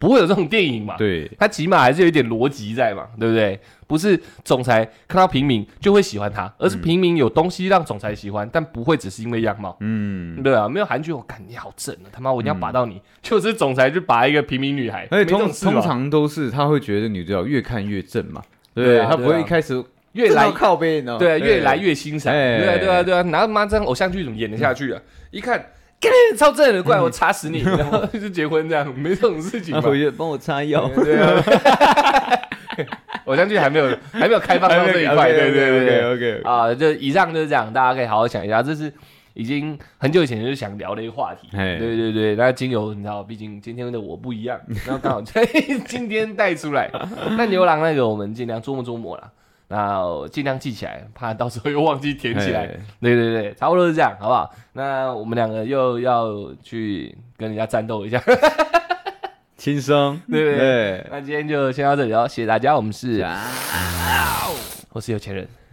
不会有这种电影嘛？，
对，
他起码还是有一点逻辑在嘛，对不对？不是总裁看到平民就会喜欢他，
嗯
而是平民有东西让总裁喜欢，但不会只是因为样貌。
嗯，
对啊，没有韩剧，我感你好正啊！他妈，我一定要拔到你，就是总裁去拔一个平民女孩，
而
没
且
这
哎通
种事吧
通常都是他会觉得女主角越看越正嘛，
对
对
啊
他不
对啊
会一开始
越来
正到靠背，你知道吗
对啊，越来越欣赏。
哎
对啊，对啊，对啊，然后妈这样偶像剧怎么演得下去啊？一看，干超正的，过来我插死你，然后就结婚这样，没这种事情
然
嘛
后。回去帮我擦腰，
对啊， 偶像剧还没有还没有开放到这一块，对对对
，OK
对。啊，就以上就是这样，大家可以好好想一下，这是已经很久以前就想聊的一个话题。
哎
对对对，那精油你知道，毕竟今天的我不一样，然后刚好在今天带出来。那牛郎那个我们尽量琢磨琢磨啦，那尽量记起来，怕到时候又忘记填起来。对对对，差不多是这样，好不好？那我们两个又要去跟人家战斗一下。
轻松，
对不
对
那今天就先到这里哦，谢谢大家，我们是
对。
我是有钱人。